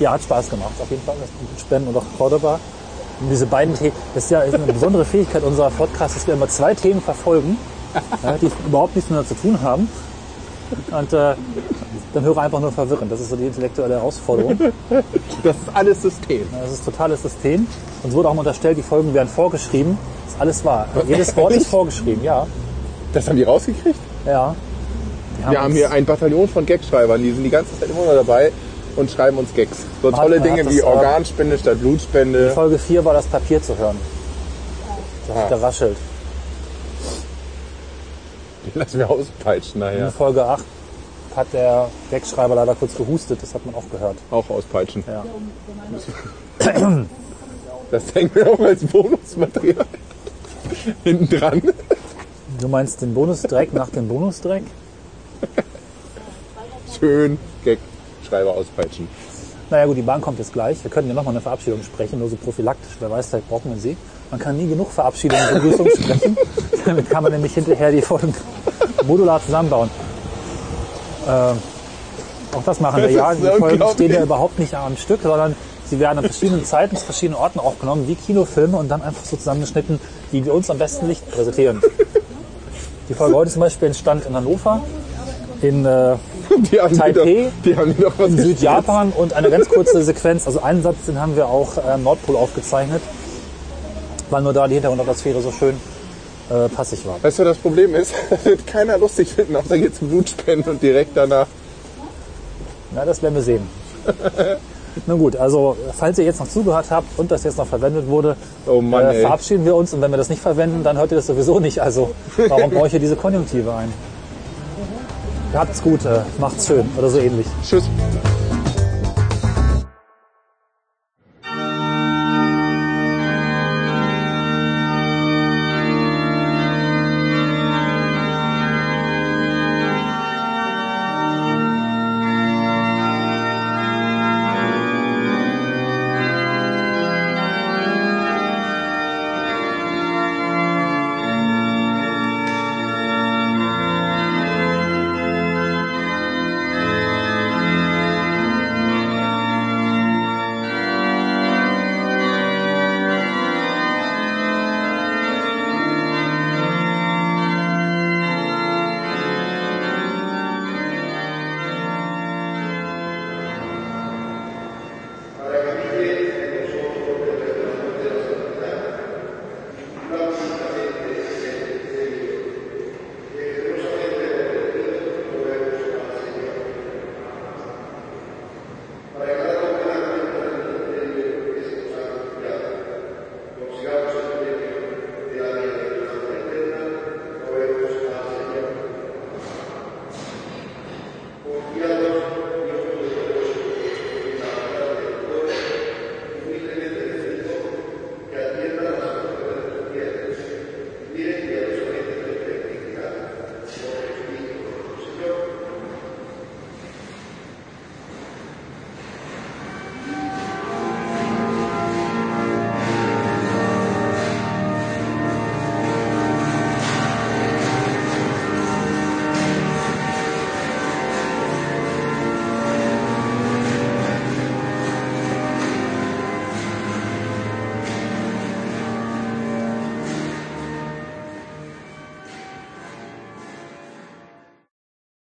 [SPEAKER 3] Ja, hat Spaß gemacht, auf jeden Fall. Das Blutspenden und auch Cordoba. Und diese beiden Themen, das ist ja eine besondere Fähigkeit unserer Podcasts, dass wir immer zwei Themen verfolgen, ja, die überhaupt nichts miteinander zu tun haben. Und äh, dann höre einfach nur verwirren. Das ist so die intellektuelle Herausforderung.
[SPEAKER 2] Das ist alles System.
[SPEAKER 3] Das ist totales System. Uns wurde auch mal unterstellt, die Folgen werden vorgeschrieben. Das ist alles wahr. Jedes Wort ist vorgeschrieben, ja.
[SPEAKER 2] Das haben die rausgekriegt?
[SPEAKER 3] Ja.
[SPEAKER 2] Wir haben
[SPEAKER 3] uns-
[SPEAKER 2] hier ein Bataillon von Gagschreibern, die sind die ganze Zeit immer noch dabei und schreiben uns Gags. So
[SPEAKER 3] Man
[SPEAKER 2] tolle
[SPEAKER 3] hat- man
[SPEAKER 2] Dinge
[SPEAKER 3] hat
[SPEAKER 2] wie
[SPEAKER 3] das, äh,
[SPEAKER 2] Organspende statt
[SPEAKER 3] in
[SPEAKER 2] Blutspende.
[SPEAKER 3] Folge 4 war das Papier zu hören. Das hat geraschelt.
[SPEAKER 2] Die lassen wir auspeitschen
[SPEAKER 3] In
[SPEAKER 2] nachher.
[SPEAKER 3] Folge 8 hat der Wegschreiber leider kurz gehustet, das hat man auch gehört.
[SPEAKER 2] Auch auspeitschen.
[SPEAKER 3] Ja.
[SPEAKER 2] Das hängen wir auch als Bonusmaterial hinten dran.
[SPEAKER 3] Du meinst den Bonusdreck nach dem Bonusdreck?
[SPEAKER 2] Schön Gagschreiber auspeitschen.
[SPEAKER 3] Naja gut, die Bahn kommt jetzt gleich. Wir können ja nochmal eine Verabschiedung sprechen, nur so prophylaktisch. Wer weiß, vielleicht brauchen wir sie. Man kann nie genug Verabschiedungen und Begrüßungen sprechen. Damit kann man nämlich hinterher die Folgen modular zusammenbauen. Ähm, auch das machen wir.
[SPEAKER 2] Das
[SPEAKER 3] Ja,
[SPEAKER 2] ist
[SPEAKER 3] die
[SPEAKER 2] so
[SPEAKER 3] Folgen stehen ja
[SPEAKER 2] unglaublich.
[SPEAKER 3] überhaupt nicht am Stück, sondern sie werden an verschiedenen Zeiten, zu verschiedenen Orten aufgenommen, wie Kinofilme und dann einfach so zusammengeschnitten, wie wir uns am besten Licht präsentieren. Die Folge heute zum Beispiel entstand in Hannover, in äh,
[SPEAKER 2] Die haben die
[SPEAKER 3] Taipei?
[SPEAKER 2] doch, die haben die doch was
[SPEAKER 3] in
[SPEAKER 2] geschrieben.
[SPEAKER 3] Südjapan und eine ganz kurze Sequenz, also einen Satz, den haben wir auch äh, am Nordpol aufgezeichnet, weil nur da die Hintergrundatmosphäre so schön äh, passig war.
[SPEAKER 2] Weißt du, das Problem ist, das wird keiner lustig finden, außer jetzt Blutspenden und direkt danach.
[SPEAKER 3] Na, das werden wir sehen. Nun gut, also falls ihr jetzt noch zugehört habt und das jetzt noch verwendet wurde,
[SPEAKER 2] Oh Mann,
[SPEAKER 3] äh,
[SPEAKER 2] ey.
[SPEAKER 3] verabschieden wir uns und wenn wir das nicht verwenden, dann hört ihr das sowieso nicht. Also warum brauche ich hier diese Konjunktive ein? Habt's gut, äh, macht's schön oder so ähnlich.
[SPEAKER 2] Tschüss.